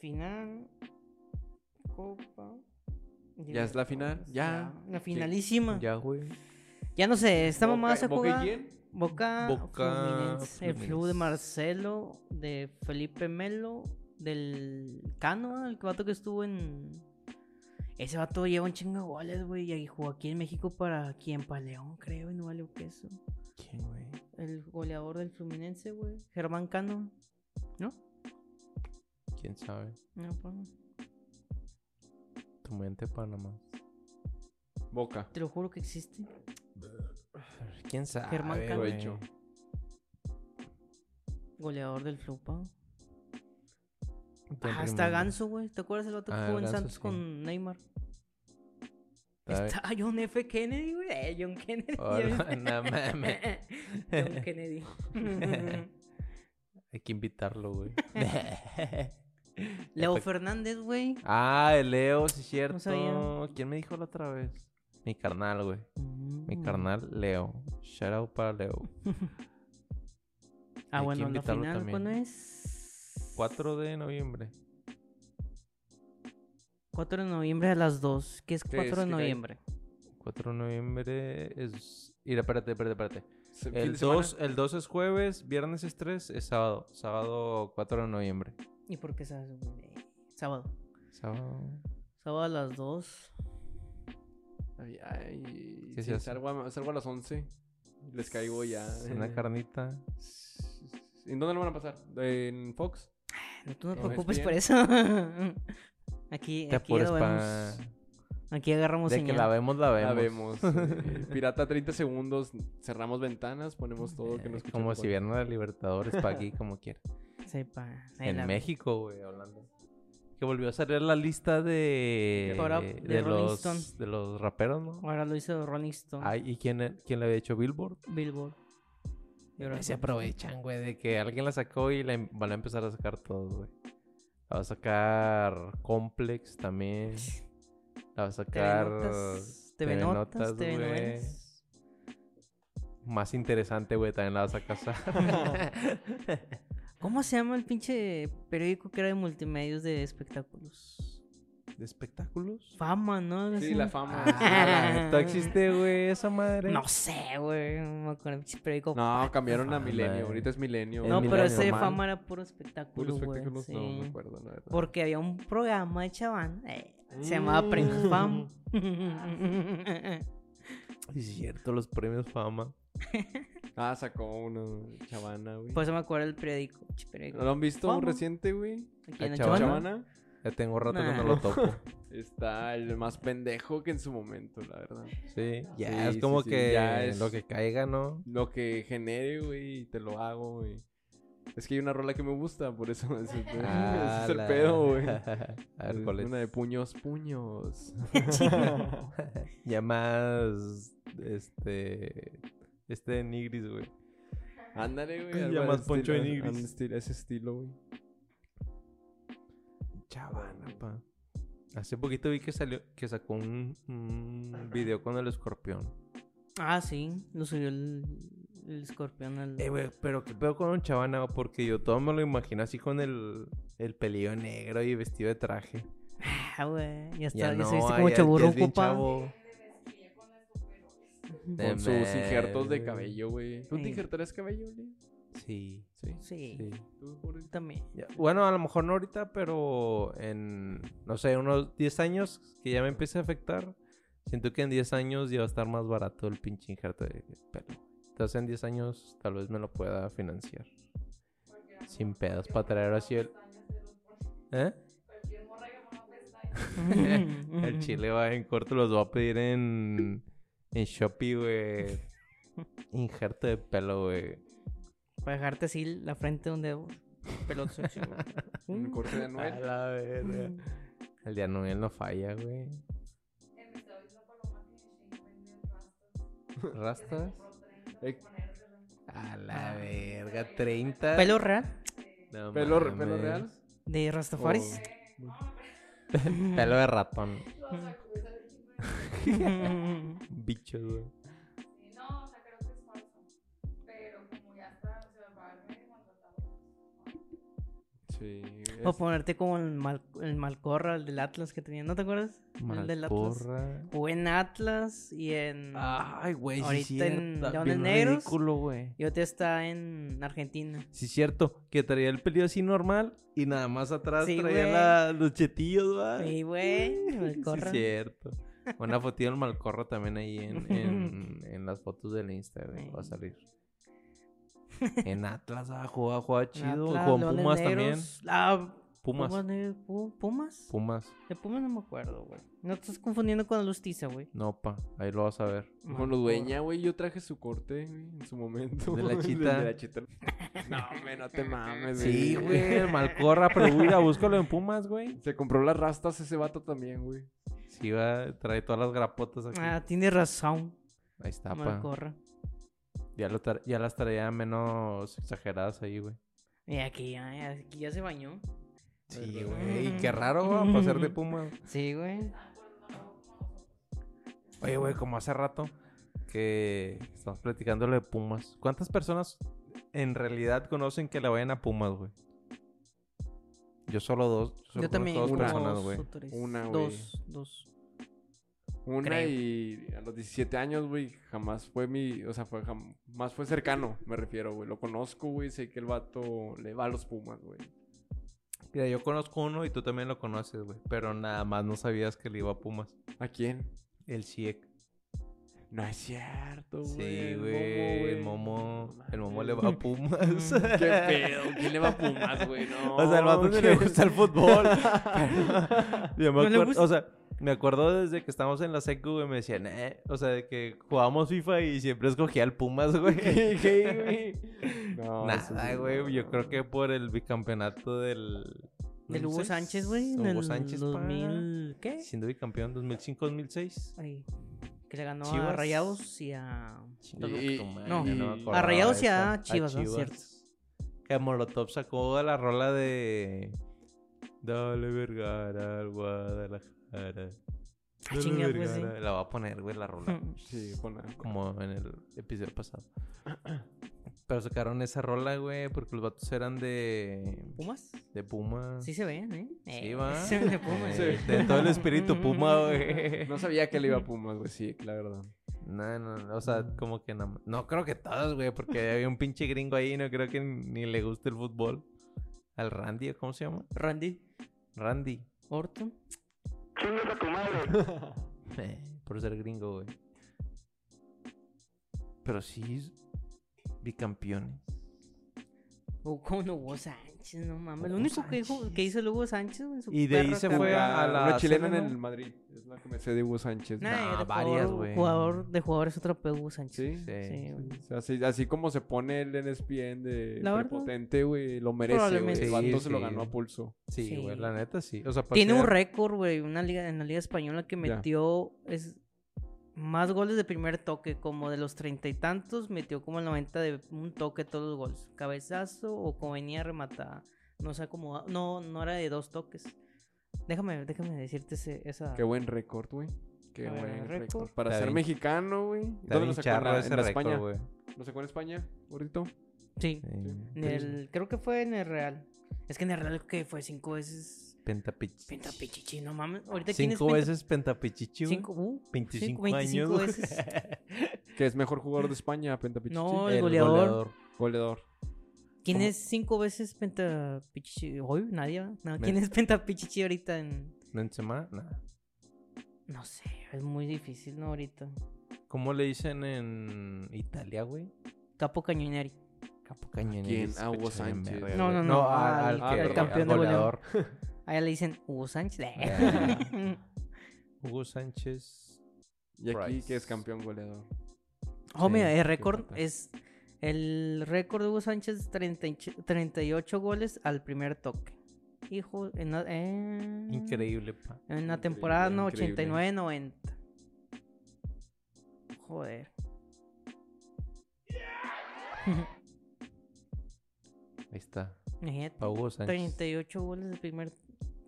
Final. Copa.
Ya es la final,
Libertadores,
ya.
La finalísima. Ya,
Ya, güey.
no sé, esta
Boca-
mamada se
¿Boca y
juega.
quién?
Boca,
Boca,
Fluminense, el flu de
Fluminense.
Marcelo, de Felipe Melo, del Cano, el vato que estuvo en. Ese vato lleva un chingo de goles, güey, y ahí jugó aquí en México para quien, para León, creo, y no vale que eso.
¿Quién, güey?
El goleador del Fluminense, güey, Germán Cano, ¿no?
¿Quién sabe?
No, pues, no.
Tu mente, Panamá.
Boca.
te lo juro que existe.
¿Quién sabe?
Germán Ah, Cano.
güey?
Hecho.
Goleador del Flu, pa.
Don
Ah, está
Rimón.
Ganso, güey, ¿te acuerdas el vato que
Ah,
jugó en
Ganso,
Santos
sí.
con Neymar?
Está-
Está John F. Kennedy, güey. eh, John Kennedy.
Hola,
ya ves.
Oh, no mames.
John Kennedy.
Hay que invitarlo, güey.
Leo
Efe-
Fernández, güey.
Ah, el Leo, sí es
No
cierto.
sabía.
¿Quién me dijo la otra vez? Mi carnal, güey.
Mm.
Mi carnal, Leo. Shout out para Leo.
Ah,
hay que
bueno, la
invitarlo
final,
también.
¿cuándo es?
4 de noviembre.
4 de noviembre a las 2. ¿Qué es
¿Qué
4
es?
de
¿Qué cae?
noviembre?
4 de noviembre es... Mira, espérate, espérate, espérate.
Se- fin
El
de semana.
2, el 2 es jueves, viernes es 3, es sábado. Sábado 4 de noviembre.
¿Y por qué sabes, güey? Sábado.
Sábado.
Sábado a las 2.
Ay, ay,
Sí,
sí,
sí, hace.
salgo, a, salgo a las 11. Les caigo ya.
Eh.
Una carnita.
¿En dónde lo van a pasar? ¿En Fox?
No, tú no te
No, es
preocupes
bien.
por eso. aquí,
Te
aquí ya
apures
lo
para...
vemos. Aquí agarramos
De que
señal.
la vemos, la vemos.
La vemos. eh, pirata 30 segundos. Cerramos ventanas. Ponemos todo que nos
Eh, Como si vieran a Libertadores para aquí, como quiera.
Sí, pa. Ahí
En
la-
México, güey, hablando. Que volvió a salir la lista de.
Por up de Rolling
los,
Stone.
de los raperos, ¿no?
Ahora lo hizo Rolling Stone.
Ay, ¿Y quién, quién le había hecho Billboard?
Billboard. Y ahora
se
sí.
aprovechan, güey, de que alguien la sacó y la em- van a empezar a sacar todos, güey. La va a sacar Complex también. La va a sacar.
Notas, TV Notas, TV
güey.
Novelas.
Más interesante, güey, también la vas a casar.
¿Cómo se llama el pinche periódico que era de multimedios de espectáculos?
¿De espectáculos?
Fama, ¿no? Algo
Sí,
así.
la fama.
Ah, la neta existe, güey, esa madre.
No sé, güey. No me acuerdo el pinche periódico.
No, cambiaron a
Fama,
Milenio.
eh.
Ahorita es Milenio.
el
No, pero
Milenio,
ese de
man.
fama era puro espectáculo,
Puros
güey.
espectáculos,
sí.
no me acuerdo, la verdad.
Porque había un programa de chaván. eh, Se
Mm.
llamaba Premios Fama.
Sí, Es cierto, los premios fama.
Ah, sacó una chavana, güey.
Por eso me acuerdo del periódico. pinche periódico.
¿No lo han visto
Pues, Fama.
reciente, güey?
Aquí
¿a
en la
Chavana?
Chavana.
Chavana.
Ya tengo rato
Nah.
que no lo topo.
Está el más pendejo que en su momento, la verdad.
Sí, ya
Sí,
es
sí,
como
sí,
que
ya es-
lo que caiga, ¿no?
Lo que genere, güey, y te lo hago, güey. Es que hay una rola que me gusta, por eso ese, ese
Ah,
es el
la-
pedo, güey.
A ver, ¿cuál es?
Una de puños, puños.
Ya más. Este. Este de Nigris, güey.
Ándale, güey.
Ya
algo de
más
ese
Poncho de
estilo,
Nigris.
an- esti- Ese estilo, güey.
Chavana, pa. Hace poquito vi que salió, que sacó un, un video con el escorpión.
Ah, sí. Lo subió el, el escorpión al.
Eh, güey, pero qué pedo con un chavana, güey? porque yo todo me lo imagino así con el, el pelillo negro y vestido de traje.
Ah, güey. Ya está.
Ya
Ya,
no,
se viste
ah, ya-
como
ya es bien
chaburruco, pa.
chavo.
Con sus injertos de
mames.
cabello, güey. ¿Tú te
Sí.
injertarías cabello, güey?
Sí.
Sí.
Sí.
sí.
¿Tú, Jorge?
También.
Ya, Bueno, a lo mejor no ahorita, pero en, no sé, unos 10 años que ya me empiece a afectar, siento que en 10 años ya va a estar más barato el pinche injerto de pelo. Entonces en 10 años tal vez me lo pueda financiar. Sin pedos, para traer así el... ¿Eh? El chile va en corto, los va a pedir en, en Shopee, güey. Injerto de pelo, güey.
Para dejarte así la frente donde vos. Pelot sexy, güey.
Un corte de
A
Anuel.
la verga. El de Anuel no falla, güey. ¿Rastas?
Eh,
A la verga, 30.
Pelo real
No
¿Pelo,
mames.
pelo real?
de Rastafaris.
Pelo de ratón. Oh.
Mm.
Bicho, güey.
Sí.
o
Este.
es-
ponerte como el, mal, el Malcorra, el del Atlas que tenía. ¿No te acuerdas? El del Atlas.
Malcorra. Ah.
Jugué en Atlas y en.
Ay, güey, sí, es
Ahorita en
cierto.
Leones
Bien
Negros.
ridículo, güey.
Y otra está en Argentina.
Sí, es cierto, que traía el pelillo así normal y nada más atrás
Sí,
traía
güey.
la- los chetillos, va.
Sí, güey.
Ah. Sí,
Malcorra.
es cierto. Una fotito del Malcorra también ahí en, en, en las fotos del Instagram.
Sí.
Va a salir. En Atlas, ah, jugaba, jugaba
En
chido.
Atlas,
Jugó en
Leones
Pumas también.
Negros. Ah,
Pumas.
Pumas. Negro- Pu- Pumas.
Pumas.
De Pumas no me acuerdo, güey. No te estás confundiendo con Lustiza, güey.
No, pa. Ahí lo vas a ver.
Con los dueña, güey, yo traje su corte güey, en su momento.
De la
El
chita.
de la chita. No, me, no te mames,
Sí, güey. el Malcorra, pero mira, búscalo en Pumas, güey.
Se compró las rastas ese vato también, güey.
Sí, va. Trae todas las grapotas aquí.
Ah, tiene razón.
ahí está, pa.
Malcorra.
Ya, lo tra- ya las traía menos exageradas ahí, güey.
Y aquí ya, aquí ya se bañó.
Sí, güey. Y
Mm.
qué raro, va, para ser de Pumas.
Sí, güey.
Oye, güey, como hace rato que estamos platicando lo de Pumas. ¿Cuántas personas en realidad conocen que le vayan a Pumas, güey? Yo solo dos. Yo, solo
Yo también.
conozco
como
una.
dos personas, güey.
o tres.
Una, güey.
Dos, dos.
Una
Creo.
y a los 17 años, güey, jamás fue mi... O sea, fue jamás fue cercano, me refiero, güey. Lo conozco, güey. Sé que el vato le va a los Pumas, güey.
Mira, yo conozco uno y tú también lo conoces, güey. Pero nada más no sabías que le iba a Pumas.
¿A quién?
El CIEC.
No es cierto, güey.
Sí,
el
güey. El
momo,
momo.
güey.
El
No
momo le
mames.
va a Pumas.
¿Qué pedo? ¿Quién le va a Pumas, güey? No.
O sea, el vato no
¿qué?
le gusta el fútbol. Yo me
No le
acuerdo-
gusta.
O sea, me acuerdo desde que estábamos en la secu, güey, me decían, eh, o sea, de que jugábamos FIFA y siempre escogía al Pumas, güey.
¿Qué, güey? No, eso
Nada,
sí,
güey,
no,
yo
no,
creo
no.
que por el bicampeonato del...
Del Hugo
2006.
Sánchez, güey. en
Hugo
el
Sánchez, pa.
2000... ¿Qué?
Siendo bicampeón 2005-2006.
Ay, que le ganó a
Chivas.
Rayados y a...
Y-
no,
a
Rayados y a Chivas, ¿no?
¿no? Que Molotov sacó la rola de... Dale Vergara al Guadalajara.
Ah,
Dale
chinga, pues, sí.
Vergara. La voy a poner, güey, la rola.
Sí, pon a-
como en el episodio pasado. Pero sacaron esa rola, güey, porque los vatos eran de,
¿Pumas?
de Puma.
Sí se ven, ¿eh?
Sí,
Eh,
va.
Se ven de Pumas.
Eh, De todo el espíritu Puma, güey.
No sabía que le iba a Pumas, güey, sí, la verdad.
No, no, no, o sea, como que no. No creo que todos, güey, porque había un pinche gringo ahí, no creo que ni le guste el fútbol. Al Randy, ¿cómo se llama?
Randy
Randy.
Orton.
Eh, Por ser gringo, güey. Pero sí, bicampeones.
O con Hugo Sánchez, no mames. Lo
Hugo
único que, dijo- que hizo el Hugo Sánchez güey, en su
Y de ahí
perra
se
carrera.
fue a- a la
Una chilena en
CL, ¿no?
el Madrid. Es la que me sé de Hugo Sánchez.
Nah,
Nah,
de
varias,
jugador-
güey.
Jugador, de jugadores otra P. Hugo Sánchez.
Sí.
Sí.
Sí, güey.
O sea, Así, así como se pone el ESPN de
La verdad.
potente, güey, lo merece, güey.
Probablemente.
El vato
Sí,
se lo
sí.
ganó a pulso.
Sí, güey,
Sí.
la neta sí. O sea, para
Tiene
ser-
un récord, güey, una liga, en la Liga Española que
Ya.
metió es, más goles de primer toque, como de los treinta y tantos, metió como el 90 de un toque todos los goles. Cabezazo o como venía rematada. No se acomodaba, no, no era de dos toques. Déjame, déjame decirte ese- esa.
Qué buen récord, güey. Qué
Ah. A ver,
buen
récord.
récord. Para
Está
ser
bien-
mexicano, güey.
Está
¿Dónde
bien
lo sacó? ¿En
charro
la-
ese
en la
récord,
España?
güey.
¿Lo sacó en España, gordito?
Sí.
Sí. en el- creo que fue en el Real. Es que en el Real que fue cinco veces.
Pentapichichi.
Pentapichichi, no mames. Ahorita quién es
Cinco
penta-
veces pentapichichi, güey.
Cinco, uh, cinco-
25
25
años.
veces.
Que es mejor jugador de España, Pentapichichi.
Eh, No,
El
goleador.
Eh, goleador.
¿Quién
¿Cómo?
es cinco veces pentapichichi? Hoy nadie, ¿verdad? No, ¿quién es pentapichichi ahorita en...?
Benzema, nada.
No sé, es muy difícil, ¿no? Ahorita.
¿Cómo le dicen en Italia, güey?
Capo Cañoneri.
Capo Cañones.
¿Quién?
se
Ah, Hugo
escucha bien
Sánchez.
verga,
No,
güey.
no, no,
a-
al
al,
que-
que-
al
al
campeón de
goleador.
Allá le dicen Hugo Sánchez.
Ah. Hugo Sánchez.
Y aquí
Price.
que es campeón goleador.
oh,
Sí,
mira,
qué
el récord
fatal.
es... El récord de Hugo Sánchez, 30 y ch- 38 goles al primer toque. Hijo, en la- eh,
Increíble, pa.
En la
Increíble,
temporada no,
increíble.
89-90. Joder.
Ahí está.
Imagínate,
Pa Hugo Sánchez.
38 goles de primer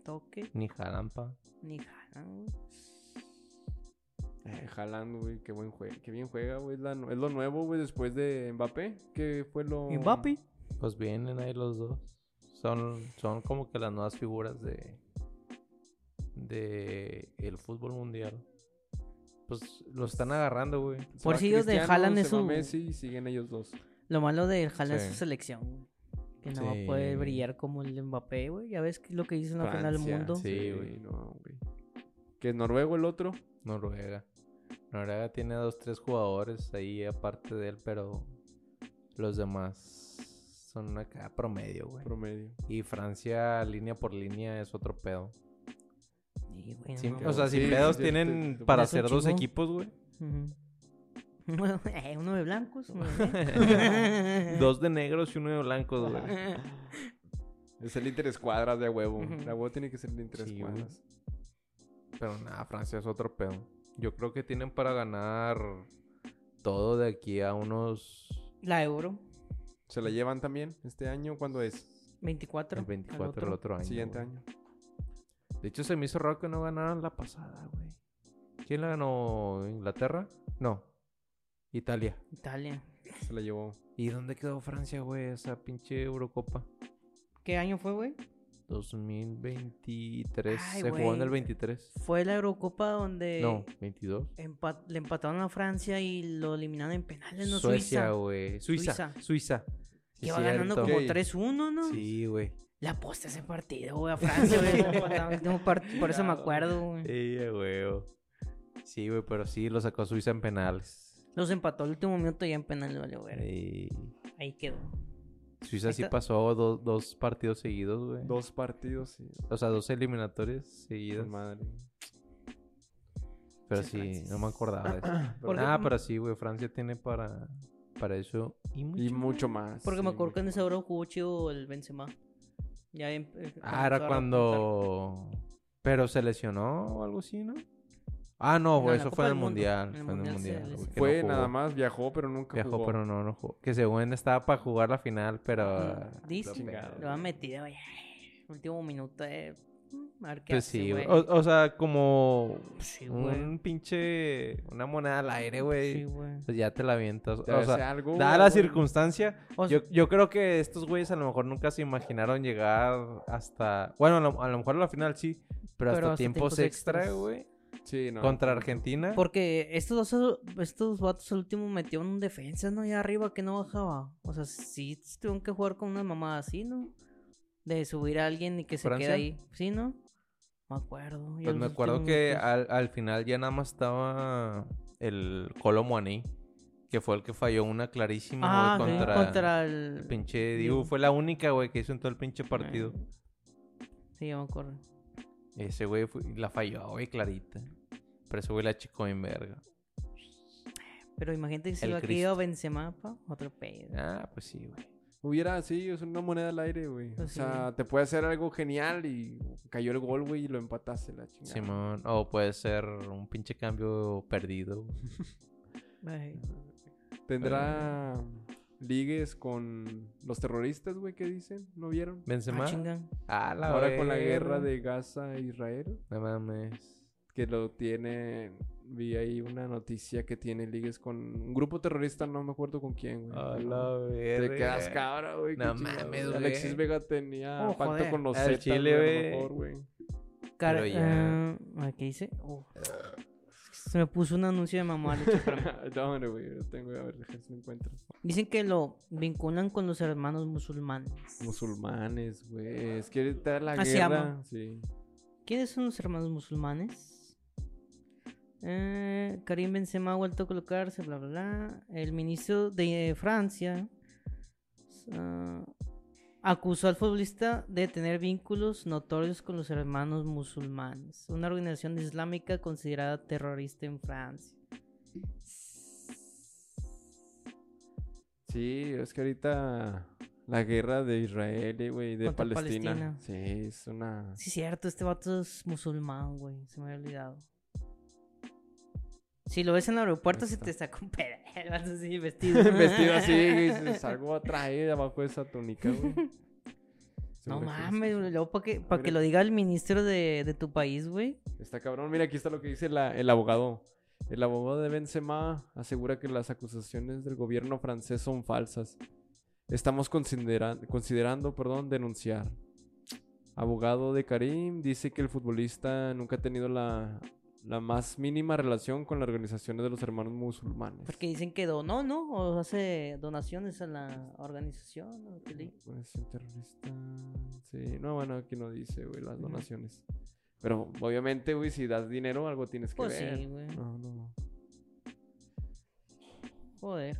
toque.
Ni jarampa.
Ni jalan,
Jalando, Eh, güey, qué buen juego, qué bien juega, güey. Es, la nu- es lo nuevo, güey, después de Mbappé, que fue lo...
güey. Mbappé.
Pues vienen ahí los dos. Son, son como que las nuevas figuras de de el fútbol mundial. Pues los están agarrando, güey.
Se
Por
va
si ellos de
Cristiano,
Haaland
se
es
va
su-
Messi y siguen ellos dos.
Lo malo de Jalan es su
Sí.
selección, güey. Que no va a poder
Sí.
brillar como el de Mbappé, güey. Ya ves que lo que hizo en la final del
Francia,
mundo.
sí. güey.
no, güey. Que es noruego el otro.
Noruega. Noruega tiene dos, tres jugadores ahí aparte de él, pero los demás son acá promedio, güey.
Promedio.
Y Francia línea por línea es otro pedo.
Sí, güey, no
Sin-
mames.
o sea, sin
Sí,
pedos
sí,
tienen
te- te
para
pones un
hacer dos
chingo.
equipos, güey.
Ujú. Eh, uno de blancos, uno de negros.
dos de negros y uno de blancos, güey.
Es el interescuadras de huevo.
Ujú.
La huevo tiene que ser el
Sí, güey.
interescuadras.
Pero nada, Francia es otro pedo. Yo creo que tienen para ganar todo de aquí a unos
La Euro,
¿Se la llevan también este año? ¿Cuándo es?
24.
el
al
24 el
otro.
otro Este año.
Siguiente
güey.
año.
De hecho, se me hizo raro que no ganaran la pasada, güey. ¿Quién la ganó? ¿Inglaterra? No. Italia.
Italia.
Se la llevó.
¿Y dónde quedó Francia, güey? Esa pinche Eurocopa.
¿Qué año fue, güey?
2023.
Ay,
se jugó en
güey. Eh,
el 23.
Fue la Eurocopa donde
No, 22.
empa- le empataron a Francia y lo eliminaron en penales, no
Suecia,
Suiza.
güey. Suiza. Suiza.
Suiza.
Sí,
que va ganando
cierto.
como
Ok.
3-1, ¿no?
Sí, güey.
La aposté ese partido, güey, a Francia, güey. el último part- Por eso me acuerdo, güey.
Sí, a huevo. Sí, güey, pero sí lo sacó Suiza en penales.
Los empató el último minuto y ya en penal, valió ver.
Y
Ahí quedó.
Suiza sí
Está-
pasó do- dos partidos seguidos, güey.
Dos partidos y...
O sea, dos eliminatorias
Con
seguidas.
Madre.
Pero
Che,
sí,
Francis.
no me acordaba de eso.
¿Por
qué?
Ah, pero sí, güey, Francia tiene para, para eso y mucho.
Y mucho más.
Porque me
sí,
acuerdo que en
mucho
ese euro jugó chido el Benzema. Ya em- eh,
Ah, era
empezó a
cuando... Pero se lesionó o algo así, ¿no? Ah, no,
No,
güey,
la
eso
Copa
fue en el
del Mundo.
Mundial.
En
Fue
el
en el
Mundial se
Mundial. güey,
lesionó.
que no
Fue
jugó.
nada más, viajó, pero nunca
Viajó,
jugó.
pero no, no jugó. Que según estaba para jugar la final, pero... ah,
repuntar. Dice,
chingado,
lo ha metido, güey. Último minuto, eh. A ver qué
Pues
hace,
sí, güey.
güey.
O, o sea, como
Sí, güey.
un pinche. Una moneda al aire, güey.
Sí, güey.
Pues ya te la avientas.
Te
o
hace
sea,
algo,
dada
güey,
la
güey.
circunstancia,
O
yo, yo creo que estos güeyes a lo mejor nunca se imaginaron llegar hasta. Bueno, a lo, a lo mejor a la final sí, pero, hasta, tiempos, extra,
extras.
güey.
Sí, no.
Contra Argentina.
Porque estos dos, estos vatos al último metieron un defensa, ¿no? Ya arriba que no bajaba. O sea, sí tuvieron que jugar con una mamada así, ¿no? De subir a alguien y que se
¿Francia?
quede ahí. Sí, ¿no? Me acuerdo. ya
Pues
los
me acuerdo
últimos
que
minutos.
al, al final ya nada más estaba el Colo Muaní, que fue el que falló una clarísima,
Ah,
güey,
sí,
contra,
contra, el...
el pinche
Dibu.
Dibu. Fue la única, güey, que hizo en todo el pinche partido.
Eh. Sí, yo me acuerdo.
Ese güey fue- la falló, güey, clarita. Pero ese güey la chicó en verga.
Pero imagínate que si
El
lo ha querido
Cristo.
Benzema, pa, otro pedo.
Ah, pues sí, güey.
Hubiera, sí, es una moneda al aire, güey.
Pues
o
sí,
sea,
güey.
te puede hacer algo genial y cayó el gol, güey, y lo empataste la chingada.
Simón. O puede ser un pinche cambio perdido. güey.
Ay,
Tendrá ligues con los terroristas, güey, que dicen, ¿no vieron?
ah,
Benzema.
chinga.
Ah, la
Ahora con la
verga.
guerra de Gaza e Israel,
No mames.
que lo tienen, vi ahí una noticia que tiene ligues con un grupo terrorista, no me acuerdo con quién, güey.
A
pero
la verga.
Te quedas cabra, güey. qué
No
chingado,
mames,
güey.
güey.
Alexis Vega tenía
Oh,
pacto
joder.
con los
Al
Zetas,
chile,
güey, a
güey.
lo mejor, güey.
Cara,
Pero ya.
ah, ¿Qué dice? Oh. Se me puso un anuncio de mamá leche para mí.
no, hombre, güey, yo tengo, a ver, déjame si lo encuentro.
Dicen que lo vinculan con los hermanos musulmanes.
Musulmanes, güey, es que ahorita la
Ah, se
guerra,
llama.
sí.
¿Quiénes son los hermanos musulmanes? Eh, Karim Benzema ha vuelto a colocarse, bla, bla, bla. El ministro de Francia ah, acusó al futbolista de tener vínculos notorios con los hermanos musulmanes, una organización islámica considerada terrorista en Francia.
Sí, es que ahorita la guerra de Israel, eh, güey, de
Contra
Palestina.
Palestina.
Sí, es una...
Sí, cierto, este vato es musulmán, güey. Se me había olvidado. Si lo ves en el aeropuerto,
Ahí
se
está.
te saca un pedo. El vato así vestido.
Vestido así, güey, se- salgo a traer abajo de esa túnica, güey.
No
Seguro que es-
mames, güey. Luego, para que, pa' que
Mira.
lo diga el ministro de, de tu país, güey.
Está cabrón. Mira, aquí está lo que dice la- el abogado. El abogado de Benzema asegura que las acusaciones del gobierno francés son falsas. Estamos considera- considerando, perdón, denunciar. Abogado de Karim dice que el futbolista nunca ha tenido la, la más mínima relación con las organizaciones de los hermanos musulmanes.
Porque dicen que donó, ¿no? O hace donaciones a la organización. ¿no? ¿Qué leí?
Organización Pues, terrorista. Sí, no, bueno, aquí no dice, güey, las donaciones. Pero obviamente, güey, si das dinero, algo tienes que
Pues
ver.
sí, güey.
No, no, no.
Joder.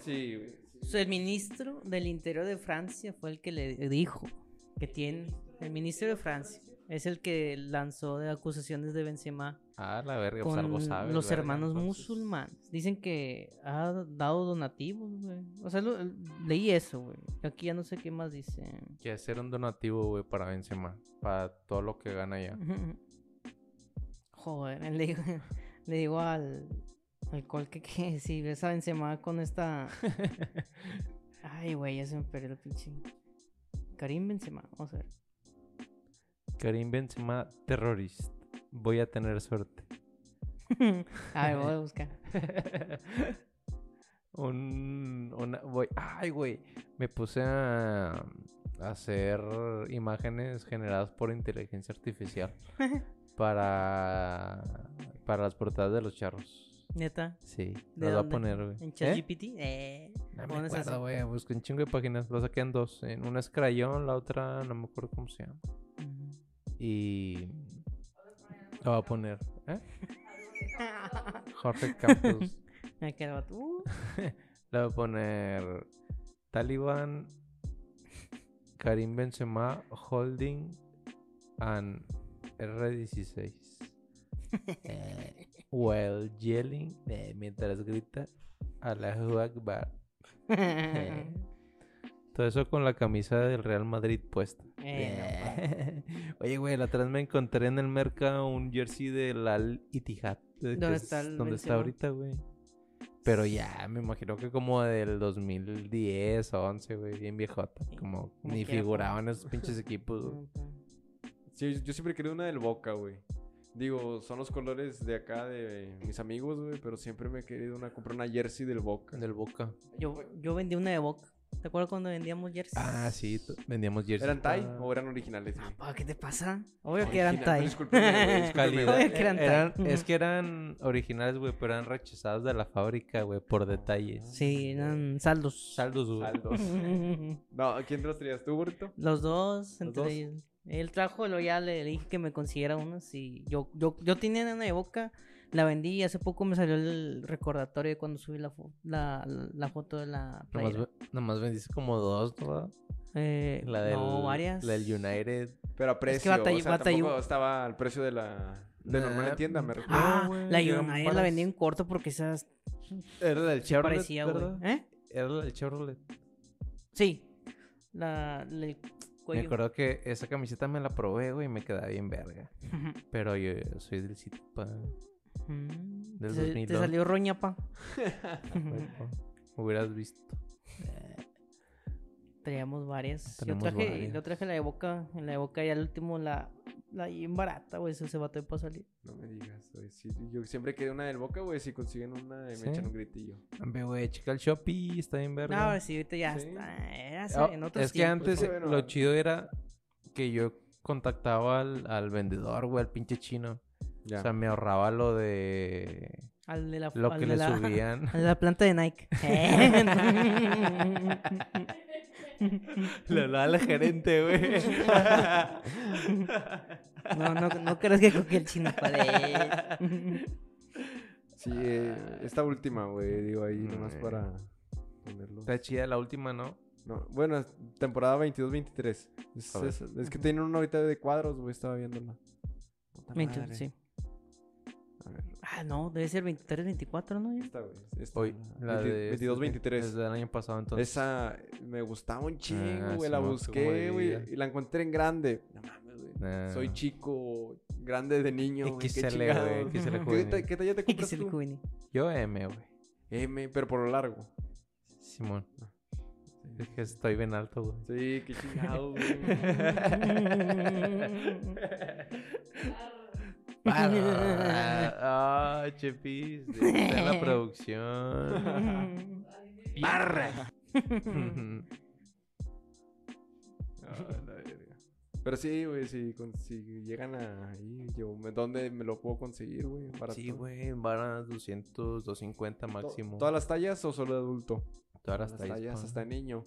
Sí, güey.
O sea, El ministro del interior de Francia fue el que le dijo que tiene. El ministro de Francia es el que lanzó de acusaciones de Benzema
Ah, la verga, pues
con
algo sabe.
los hermanos musulmanes. Dicen que ha dado donativos, güey. O sea, lo- leí eso, güey. Aquí ya no sé qué más dice.
Que hacer un donativo, güey, para Benzema. Para todo lo que gana ya.
Joder, le digo, le digo al, al Col que, que si ves a Benzema con esta... Ay, güey, ya se me perdió el pinche... Karim Benzema, vamos a ver.
Karim Benzema, terrorista. Voy a tener suerte.
a ver, voy a buscar.
un, una- voy- ay, güey. Me puse a, a hacer imágenes generadas por inteligencia artificial para, para las portadas de los charros.
Neta.
Sí, las
¿De
voy a
dónde?
poner, güey.
¿En
¿Eh?
ChatGPT? Eh.
No me
¿Dónde se
acuerdo,
hace?
güey. Busqué un chingo de páginas. Lo saqué en dos. En una es crayón, la otra no me acuerdo cómo se llama.
Mm.
Y. La voy a poner. ¿Eh? Jorge Campos.
Acá el vato, uh,
La voy a poner. Taliban. Karim Benzema Holding and R16. Eh, while yelling, eh, mientras grita, Allahu Akbar. Eh, Todo eso con la camisa del Real Madrid puesta.
Eh,
Oye, güey, la atrás me encontré en el merca un jersey del Al Ittihad. eh, que
¿Dónde
es
está el
donde está
Benzema?
ahorita, güey? Pero ya, me imagino que como del 2010 o 11, güey, bien viejota.
Sí,
Como
como
ni
quiera,
figuraban esos pinches equipos. güey.
Sí, yo- yo siempre quería una del Boca, güey. Digo, son los colores de acá de mis amigos, güey, pero siempre me he querido una, comprar una jersey del Boca.
Del Boca.
yo, yo vendí una de Boca. ¿Te acuerdas cuando vendíamos jerseys?
Ah, sí, t- vendíamos jerseys. Ah,
¿Eran Thai
para-
o eran originales, güey?
Papá, Ah, ¿Qué te pasa? Obvio que
Original,
eran Thai.
discúlpeme, güey, discúlpeme,
Calidad.
güey.
Oye, que eran
Eran-
Thai.
es que eran originales, güey, pero eran rechazados de la fábrica, güey, por detalles.
Sí, eran saldos.
Saldos, güey.
Saldos. No, ¿quién te las traías tú, Burrito?
Los dos, entre
dos.
ellos. Él trajo, lo ya le dije que me consiguiera unos y yo, yo, yo tenía una de boca, la vendí y hace poco me salió el recordatorio de cuando subí la, fo- la, la- la foto de la
Nomás,
playera.
ve- nomás vendiste como dos, ¿no?
Eh,
La del,
no, varias.
La del United.
Pero a precio, o
batallé-
sea,
batallé-
tampoco estaba al precio de la... De normal en
Nah.
tienda, me refiero.
Ah,
No, güey,
la
eran
United la
varas.
vendí en corto porque esa
Era la del Chevrolet.
parecía, güey.
¿verdad?
¿Eh?
Era la del Chevrolet.
Sí. La, la- el
Me
cuello.
acuerdo que esa camiseta me la probé, güey, y me quedaba bien verga. Pero yo soy del sitio pa.
Mm,
Del
te,
2002.
te salió roñapa.
Hubieras visto.
Traíamos varias.
Tenemos
yo traje,
varias.
yo traje la de boca, en la de boca ya el último la la bien barata, güey, eso se va a para salir.
No me digas, güey. sí, yo siempre quería una del Boca, güey. Si consiguen una, eh,
¿Sí?
me echan un gritillo.
Hombre, güey, checa el Shopee, está bien
No,
verga.
ahora sí, ahorita ya
Sí.
está. eh, hace-
Ah,
en otros
es que
tiempos.
antes
Bueno.
lo chido era que yo contactaba al, al vendedor, güey, al pinche chino.
Ya.
O sea, me ahorraba lo de
Al de la,
lo
al
que
de
le
la-
subían.
al de la planta de Nike.
Le hablaba al gerente, güey.
no, no, no creas que coge el chino pared.
Sí, eh, esta última, güey, digo ahí nomás
Mm.
para ponerlo.
Está chida la última, ¿no?
No, bueno, es temporada 22-23. Es,
A ver.
es- es que
Ujú.
tienen una ahorita de cuadros, güey, estaba viéndola. Puta
Veinte-
madre.
sí.
A ver,
Ah, no, debe ser 23, 24, ¿no? Ya?
esta, güey. esta,
Hoy. La
veinti-
de este, eh,
22-23.
Es del año pasado, entonces.
Esa me gustaba un chingo,
Ah,
güey. la
Simón, como
busqué,
de
güey.
vida.
Y la encontré en grande. No mames, güey.
Nah.
Soy chico, grande de niño. güey, qué
XL, güey,
chingados.
XL
¿Qué,
juvenil.
ta- qué talla te
Y que
compras
se le
tú?
cubine.
Yo M, güey.
M, pero por lo largo.
Simón. Es que estoy bien alto, güey.
Sí, qué chingados, güey.
Ah, chepis. Está en la producción.
Ah, la verga. Pero sí, güey, si, con- si llegan a ahí, yo, me- ¿dónde me lo puedo conseguir, güey? Barato.
sí, güey. Van a 200, 250
To-
máximo.
¿Todas las tallas o solo de adulto?
Todas las
Las
tallas,
tallas
pa.
hasta de niño.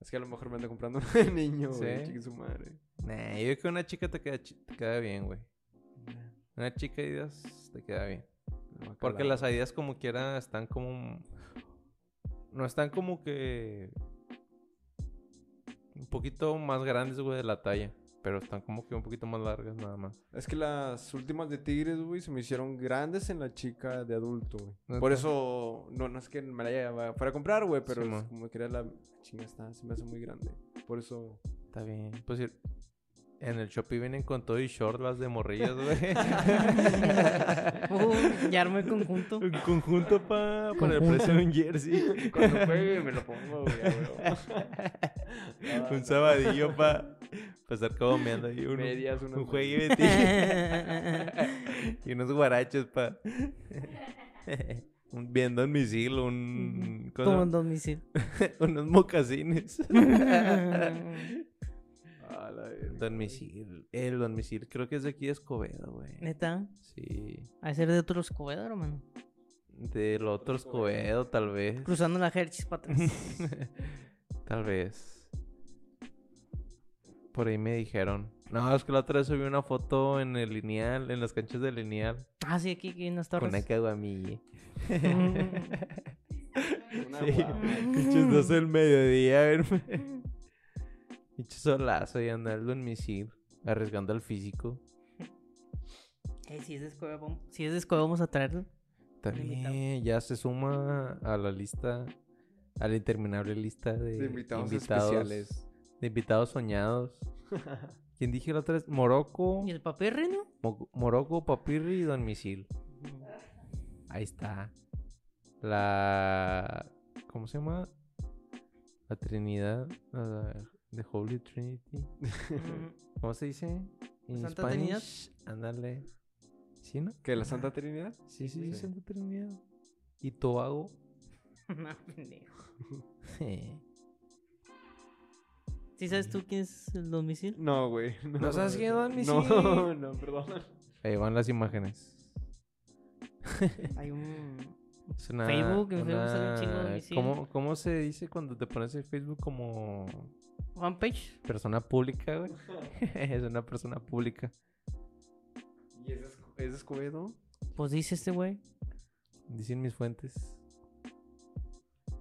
Es que a lo mejor me ando comprando una de niño, güey.
Sí.
Chiquen su madre.
Nah, yo creo que una chica te queda, chi- te queda bien, güey. Una chica Adidas te queda bien.
Me va a
Porque
calar.
las Adidas como quiera están como... No están como que... Un poquito más grandes, güey, de la talla. Pero están como que un poquito más largas nada más.
Es que las últimas de Tigres, güey, se me hicieron grandes en la chica de adulto, güey.
Neta.
Por eso, no, no es que me la haya para comprar, güey, pero es
Simón.
como quería la chinga está, se me hace muy grande. Por eso,
Está bien. Pues sí, en el Shopee vienen con todo y short las de morrillas, güey.
Uh, ya armo el conjunto.
Un conjunto pa, para el precio de un jersey.
cuando juegue me lo pongo, güey, a huevo.
un sabadillo pa, pa estar como meando ahí. uno-
Medias, unas
un juegue de
medias.
ti- y unos guarachos pa. un, viendo en misil, un. ¿cómo se
Todo
llama?
en domicilio.
unos mocasines.
A la verga.
Don Misil. El Don Misil. Creo que es de aquí de Escobedo, güey.
Neta,
Sí.
a ser de otro escobedo, hermano.
Del otro Escobedo, tal vez.
Cruzando la Hershey's para atrás.
Tal vez. Por ahí me dijeron. No, es que la otra vez subí una foto en el lineal, en las canchas del lineal.
Ah, sí, aquí, aquí en las
Con
torres. Mm.
una caguamilla.
Una
Sí.
guapa.
Pinches dos del mediodía, verme. Pinche solazo y andando en misil. Arriesgando al físico.
Eh, si es de escobedo, vamos- si es de escobedo, vamos a traerlo.
También
invitamos.
ya se suma a la lista, a la interminable lista de,
De invitados,
invitados-
especiales.
De invitados soñados. ¿Quién dije la otra vez? Morocco,
¿Y el papel reno?
Mo- Morocco, Papirri y Don Misil. Ahí está. La. ¿Cómo se llama? La Trinidad. la- The Holy Trinity. ¿Cómo se dice? En
Pues ¿Santa Trinidad?
Ándale. ¿Sí, no?
¿Que la Santa Trinidad?
Sí, sí, sí,
Sí.
Santa Trinidad. ¿Y Tobago?
No, pendejo.
Sí.
¿Sí sabes tú quién es el domicilio?
No, güey. No,
¿No sabes quién es Don Misil?
No, no, perdón.
Ahí van las imágenes.
Hay un...
Es una-
Facebook, en Facebook sale un chingo de Don Misil.
¿Cómo, ¿Cómo se dice cuando te pones en Facebook como
fanpage.
persona pública, güey? es una persona pública.
¿Y es, Esco- es Escobedo?
Pues dice este güey.
Dicen mis fuentes.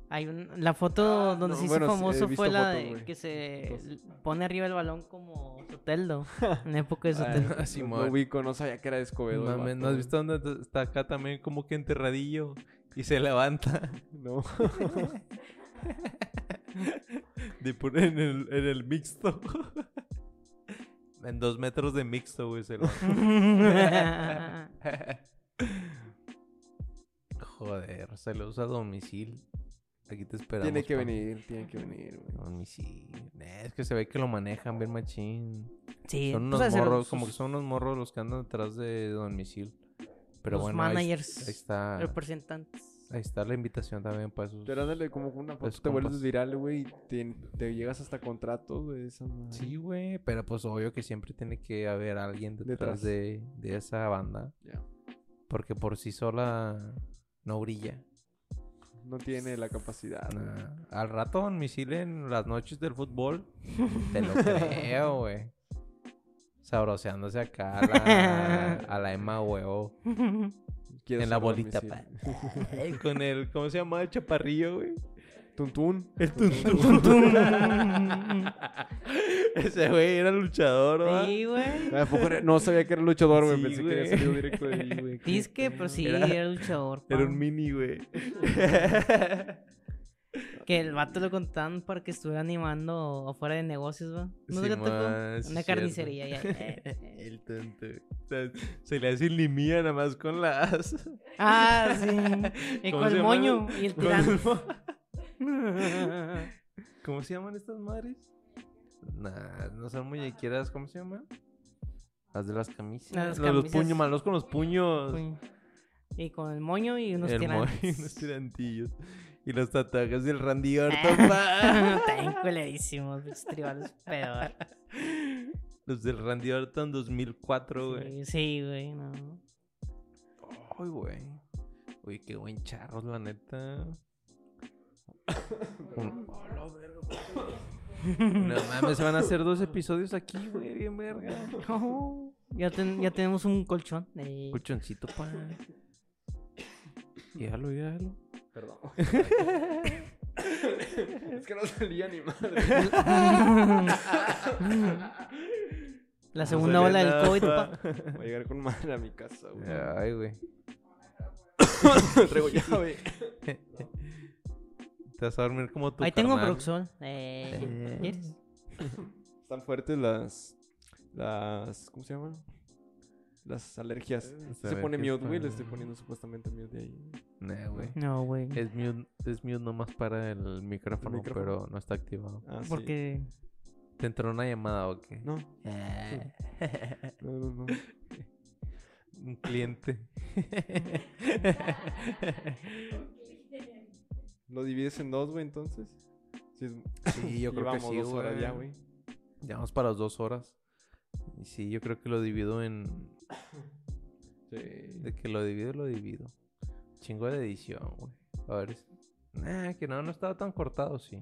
Hay un... La foto
Ah,
donde
no,
se hizo
bueno, sí, he
famoso
visto
fue la
fotos,
de
güey.
que se
Fotos.
l- pone arriba el balón como Soteldo. En la época de Soteldo.
Ah,
Simón.
lo ubico, no sabía que era de Escobedo. el
No, mames,
vato,
¿no has
güey.
visto dónde t- está acá también como que enterradillo? Y se levanta.
No.
De pur- en, el, en el mixto. en dos metros de mixto, güey. Se levanta. Joder, se lo usa a domicilio. Aquí te esperamos.
Tiene
Pues
que
pa.
venir, tiene que venir, güey.
Domicilio. Eh, Es que se ve que lo manejan bien machín.
sí,
son
pues,
unos
ha de ser
morros,
sus-
como que son unos morros los que andan detrás de Don Misil. Pero
Los
bueno, ahí-
managers,
ahí, está.
representantes.
Ahí está la invitación también pues, para esos.
Pero ándale como una foto,
Pues,
te vuelves
compas.
viral, güey, y te, te llegas hasta contratos de esa madre.
Sí, güey. Pero pues obvio que siempre tiene que haber alguien
Detrás.
detrás, De, de esa banda.
Ya.
Porque por sí sola no brilla.
No tiene la capacidad. güey.
Nah. Al rato Don misil en las noches del fútbol. Te lo creo, güey. Sabroseándose acá a la, a la Emma Huevo.
Quiere
En la
ser
bolita,
domicilio.
pa. Con el, ¿cómo se llama? El chaparrillo, güey.
Tuntún.
Ese güey era luchador, ¿va?
Sí, güey.
¿A poco era- No sabía que era luchador, güey. Pensé
Sí,
que
güey.
había salido directo de ahí, güey.
Disque, pero pues, sí,
Era-
era, luchador.
Era
pa.
un mini, güey.
Que el vato lo contaban para que estuviera animando afuera de negocios, ¿va? ¿No te
Sí,
lo tocó?
ma, sí,
Una
cierto.
carnicería. ya, eh.
El tonto. O sea, se le hace limía nada más con las.
Ah, sí. Y
¿Cómo
con
se
el
llama?
moño y el
con
tirano.
el mo- ¿Cómo se llaman estas madres? Nah, no son muñequeras, ¿cómo se llaman? Las de las camisas. Los-
Las
Los
camisas.
puños, malos con los puños.
Puño. Y con el moño y unos
el
tiranos.
moño y unos tirantillos. Y los tatuajes del Randy
Ah.
Orton. pa.
Están culerísimos, pinches tribales, peor.
los del Randy Orton 2004, güey.
Sí, Sí, güey, no.
Ay, güey. Uy, qué buen charro, la neta. Un- no mames, se van a hacer dos episodios aquí, güey, bien verga.
No, ya, ten- ya tenemos un colchón. eh.
Colchoncito, pa. Llévalo, llévalo.
Perdón. es que no salía ni madre.
La segunda ola del COVID, pa.
Voy a llegar con madre a mi casa, güey.
Ay, güey.
Traigo llave.
Te vas a dormir como tu
Ahí tengo
carnal.
Proxol. Eh, ¿Quieres?
Están fuertes las. Las. ¿Cómo se llama? Las alergias.
Eh, Las
se pone
alergias
mute, güey. Le
para-
estoy poniendo supuestamente mute ahí.
Nah, güey.
No, güey.
Es mute, es mute nomás para el micrófono,
micrófono.
pero no está activado.
Ah, sí.
Porque.
¿Te entró una llamada o qué?
No, no, no. no.
Un cliente.
¿Lo divides en dos, güey, entonces? Sí, es-
Sí, yo creo que
Llevamos
sí,
dos horas
güey.
ya, güey.
Ya vamos para las dos horas. Y sí, yo creo que lo divido en.
Sí.
De que lo divido, lo divido. Chingo de edición, güey. A ver. es- Nah, que no, no estaba tan cortado, sí.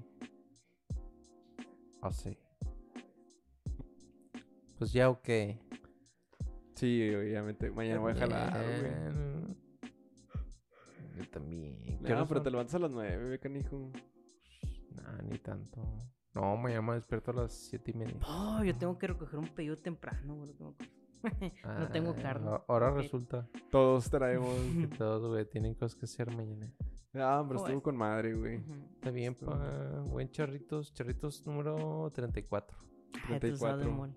Ah, sí. Pues ya, ok.
Sí, obviamente. Mañana voy a jalar, güey.
Bueno. Yo también. ¿Qué
No,
horas
pero te
son?
levantas a las nueve, ve, canijo.
Nah, ni tanto. No, mañana me despierto a las siete y media.
Oh, yo tengo que recoger un pedido temprano, güey. tengo que- no tengo
Ah,
carne.
Ahora
Ok.
resulta
Todos traemos.
que todos, güey, tienen cosas que hacer mañana.
Ah, pero
Pues.
estuvo con madre, güey.
Ujú.
Está bien,
Esto-
pa. Buen charritos. Charritos número 34.
Ay, tú sabes,
34.
amor.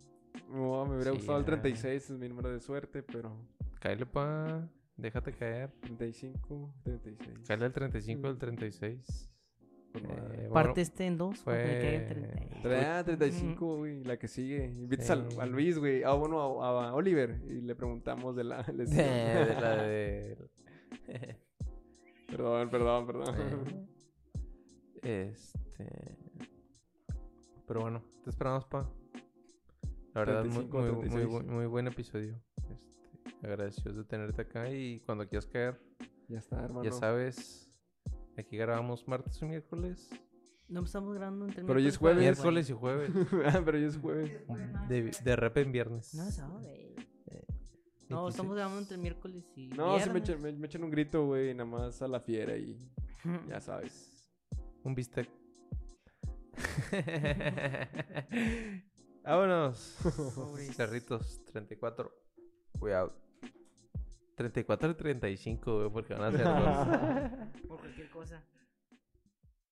No, me hubiera
Sí,
gustado el
ya.
36, es mi número de suerte, pero
Cáele, pa. Déjate caer.
35, 36.
Cáele al 35, al 36.
Con madre.
Eh,
Parte
bueno,
este en dos. para que me caiga en
fue-
30.
Tre- ah, 35, güey, la que sigue. Invitas al-
Sí.
a, Luis, güey, ah, bueno, a, a Oliver, y le preguntamos de la lesión.
de eh, de la de...
Perdón, perdón, perdón.
Eh, Este... Pero bueno, te esperamos, pa. La verdad, muy,
35,
muy, muy
36.
bu- muy buen episodio. Este, agradecidos de tenerte acá y cuando quieras caer,
Ya está, hermano.
ya sabes, aquí grabamos martes o miércoles.
No pues, estamos grabando entre
Pero hoy es
miércoles y
Miércoles y jueves.
Ah, pero yo es jueves.
De, de rep en viernes.
No, sabe. No,
26.
estamos grabando entre miércoles y.
pues No, sí me
viernes.
echan, me- me echan un grito, güey, nada más a la fiera y
Ujú.
ya sabes.
Un bistec. Vámonos.
Pobres.
Cerritos, 34. Cuidado. 34 y 35, güey, porque van a ser dos.
Por cualquier cosa.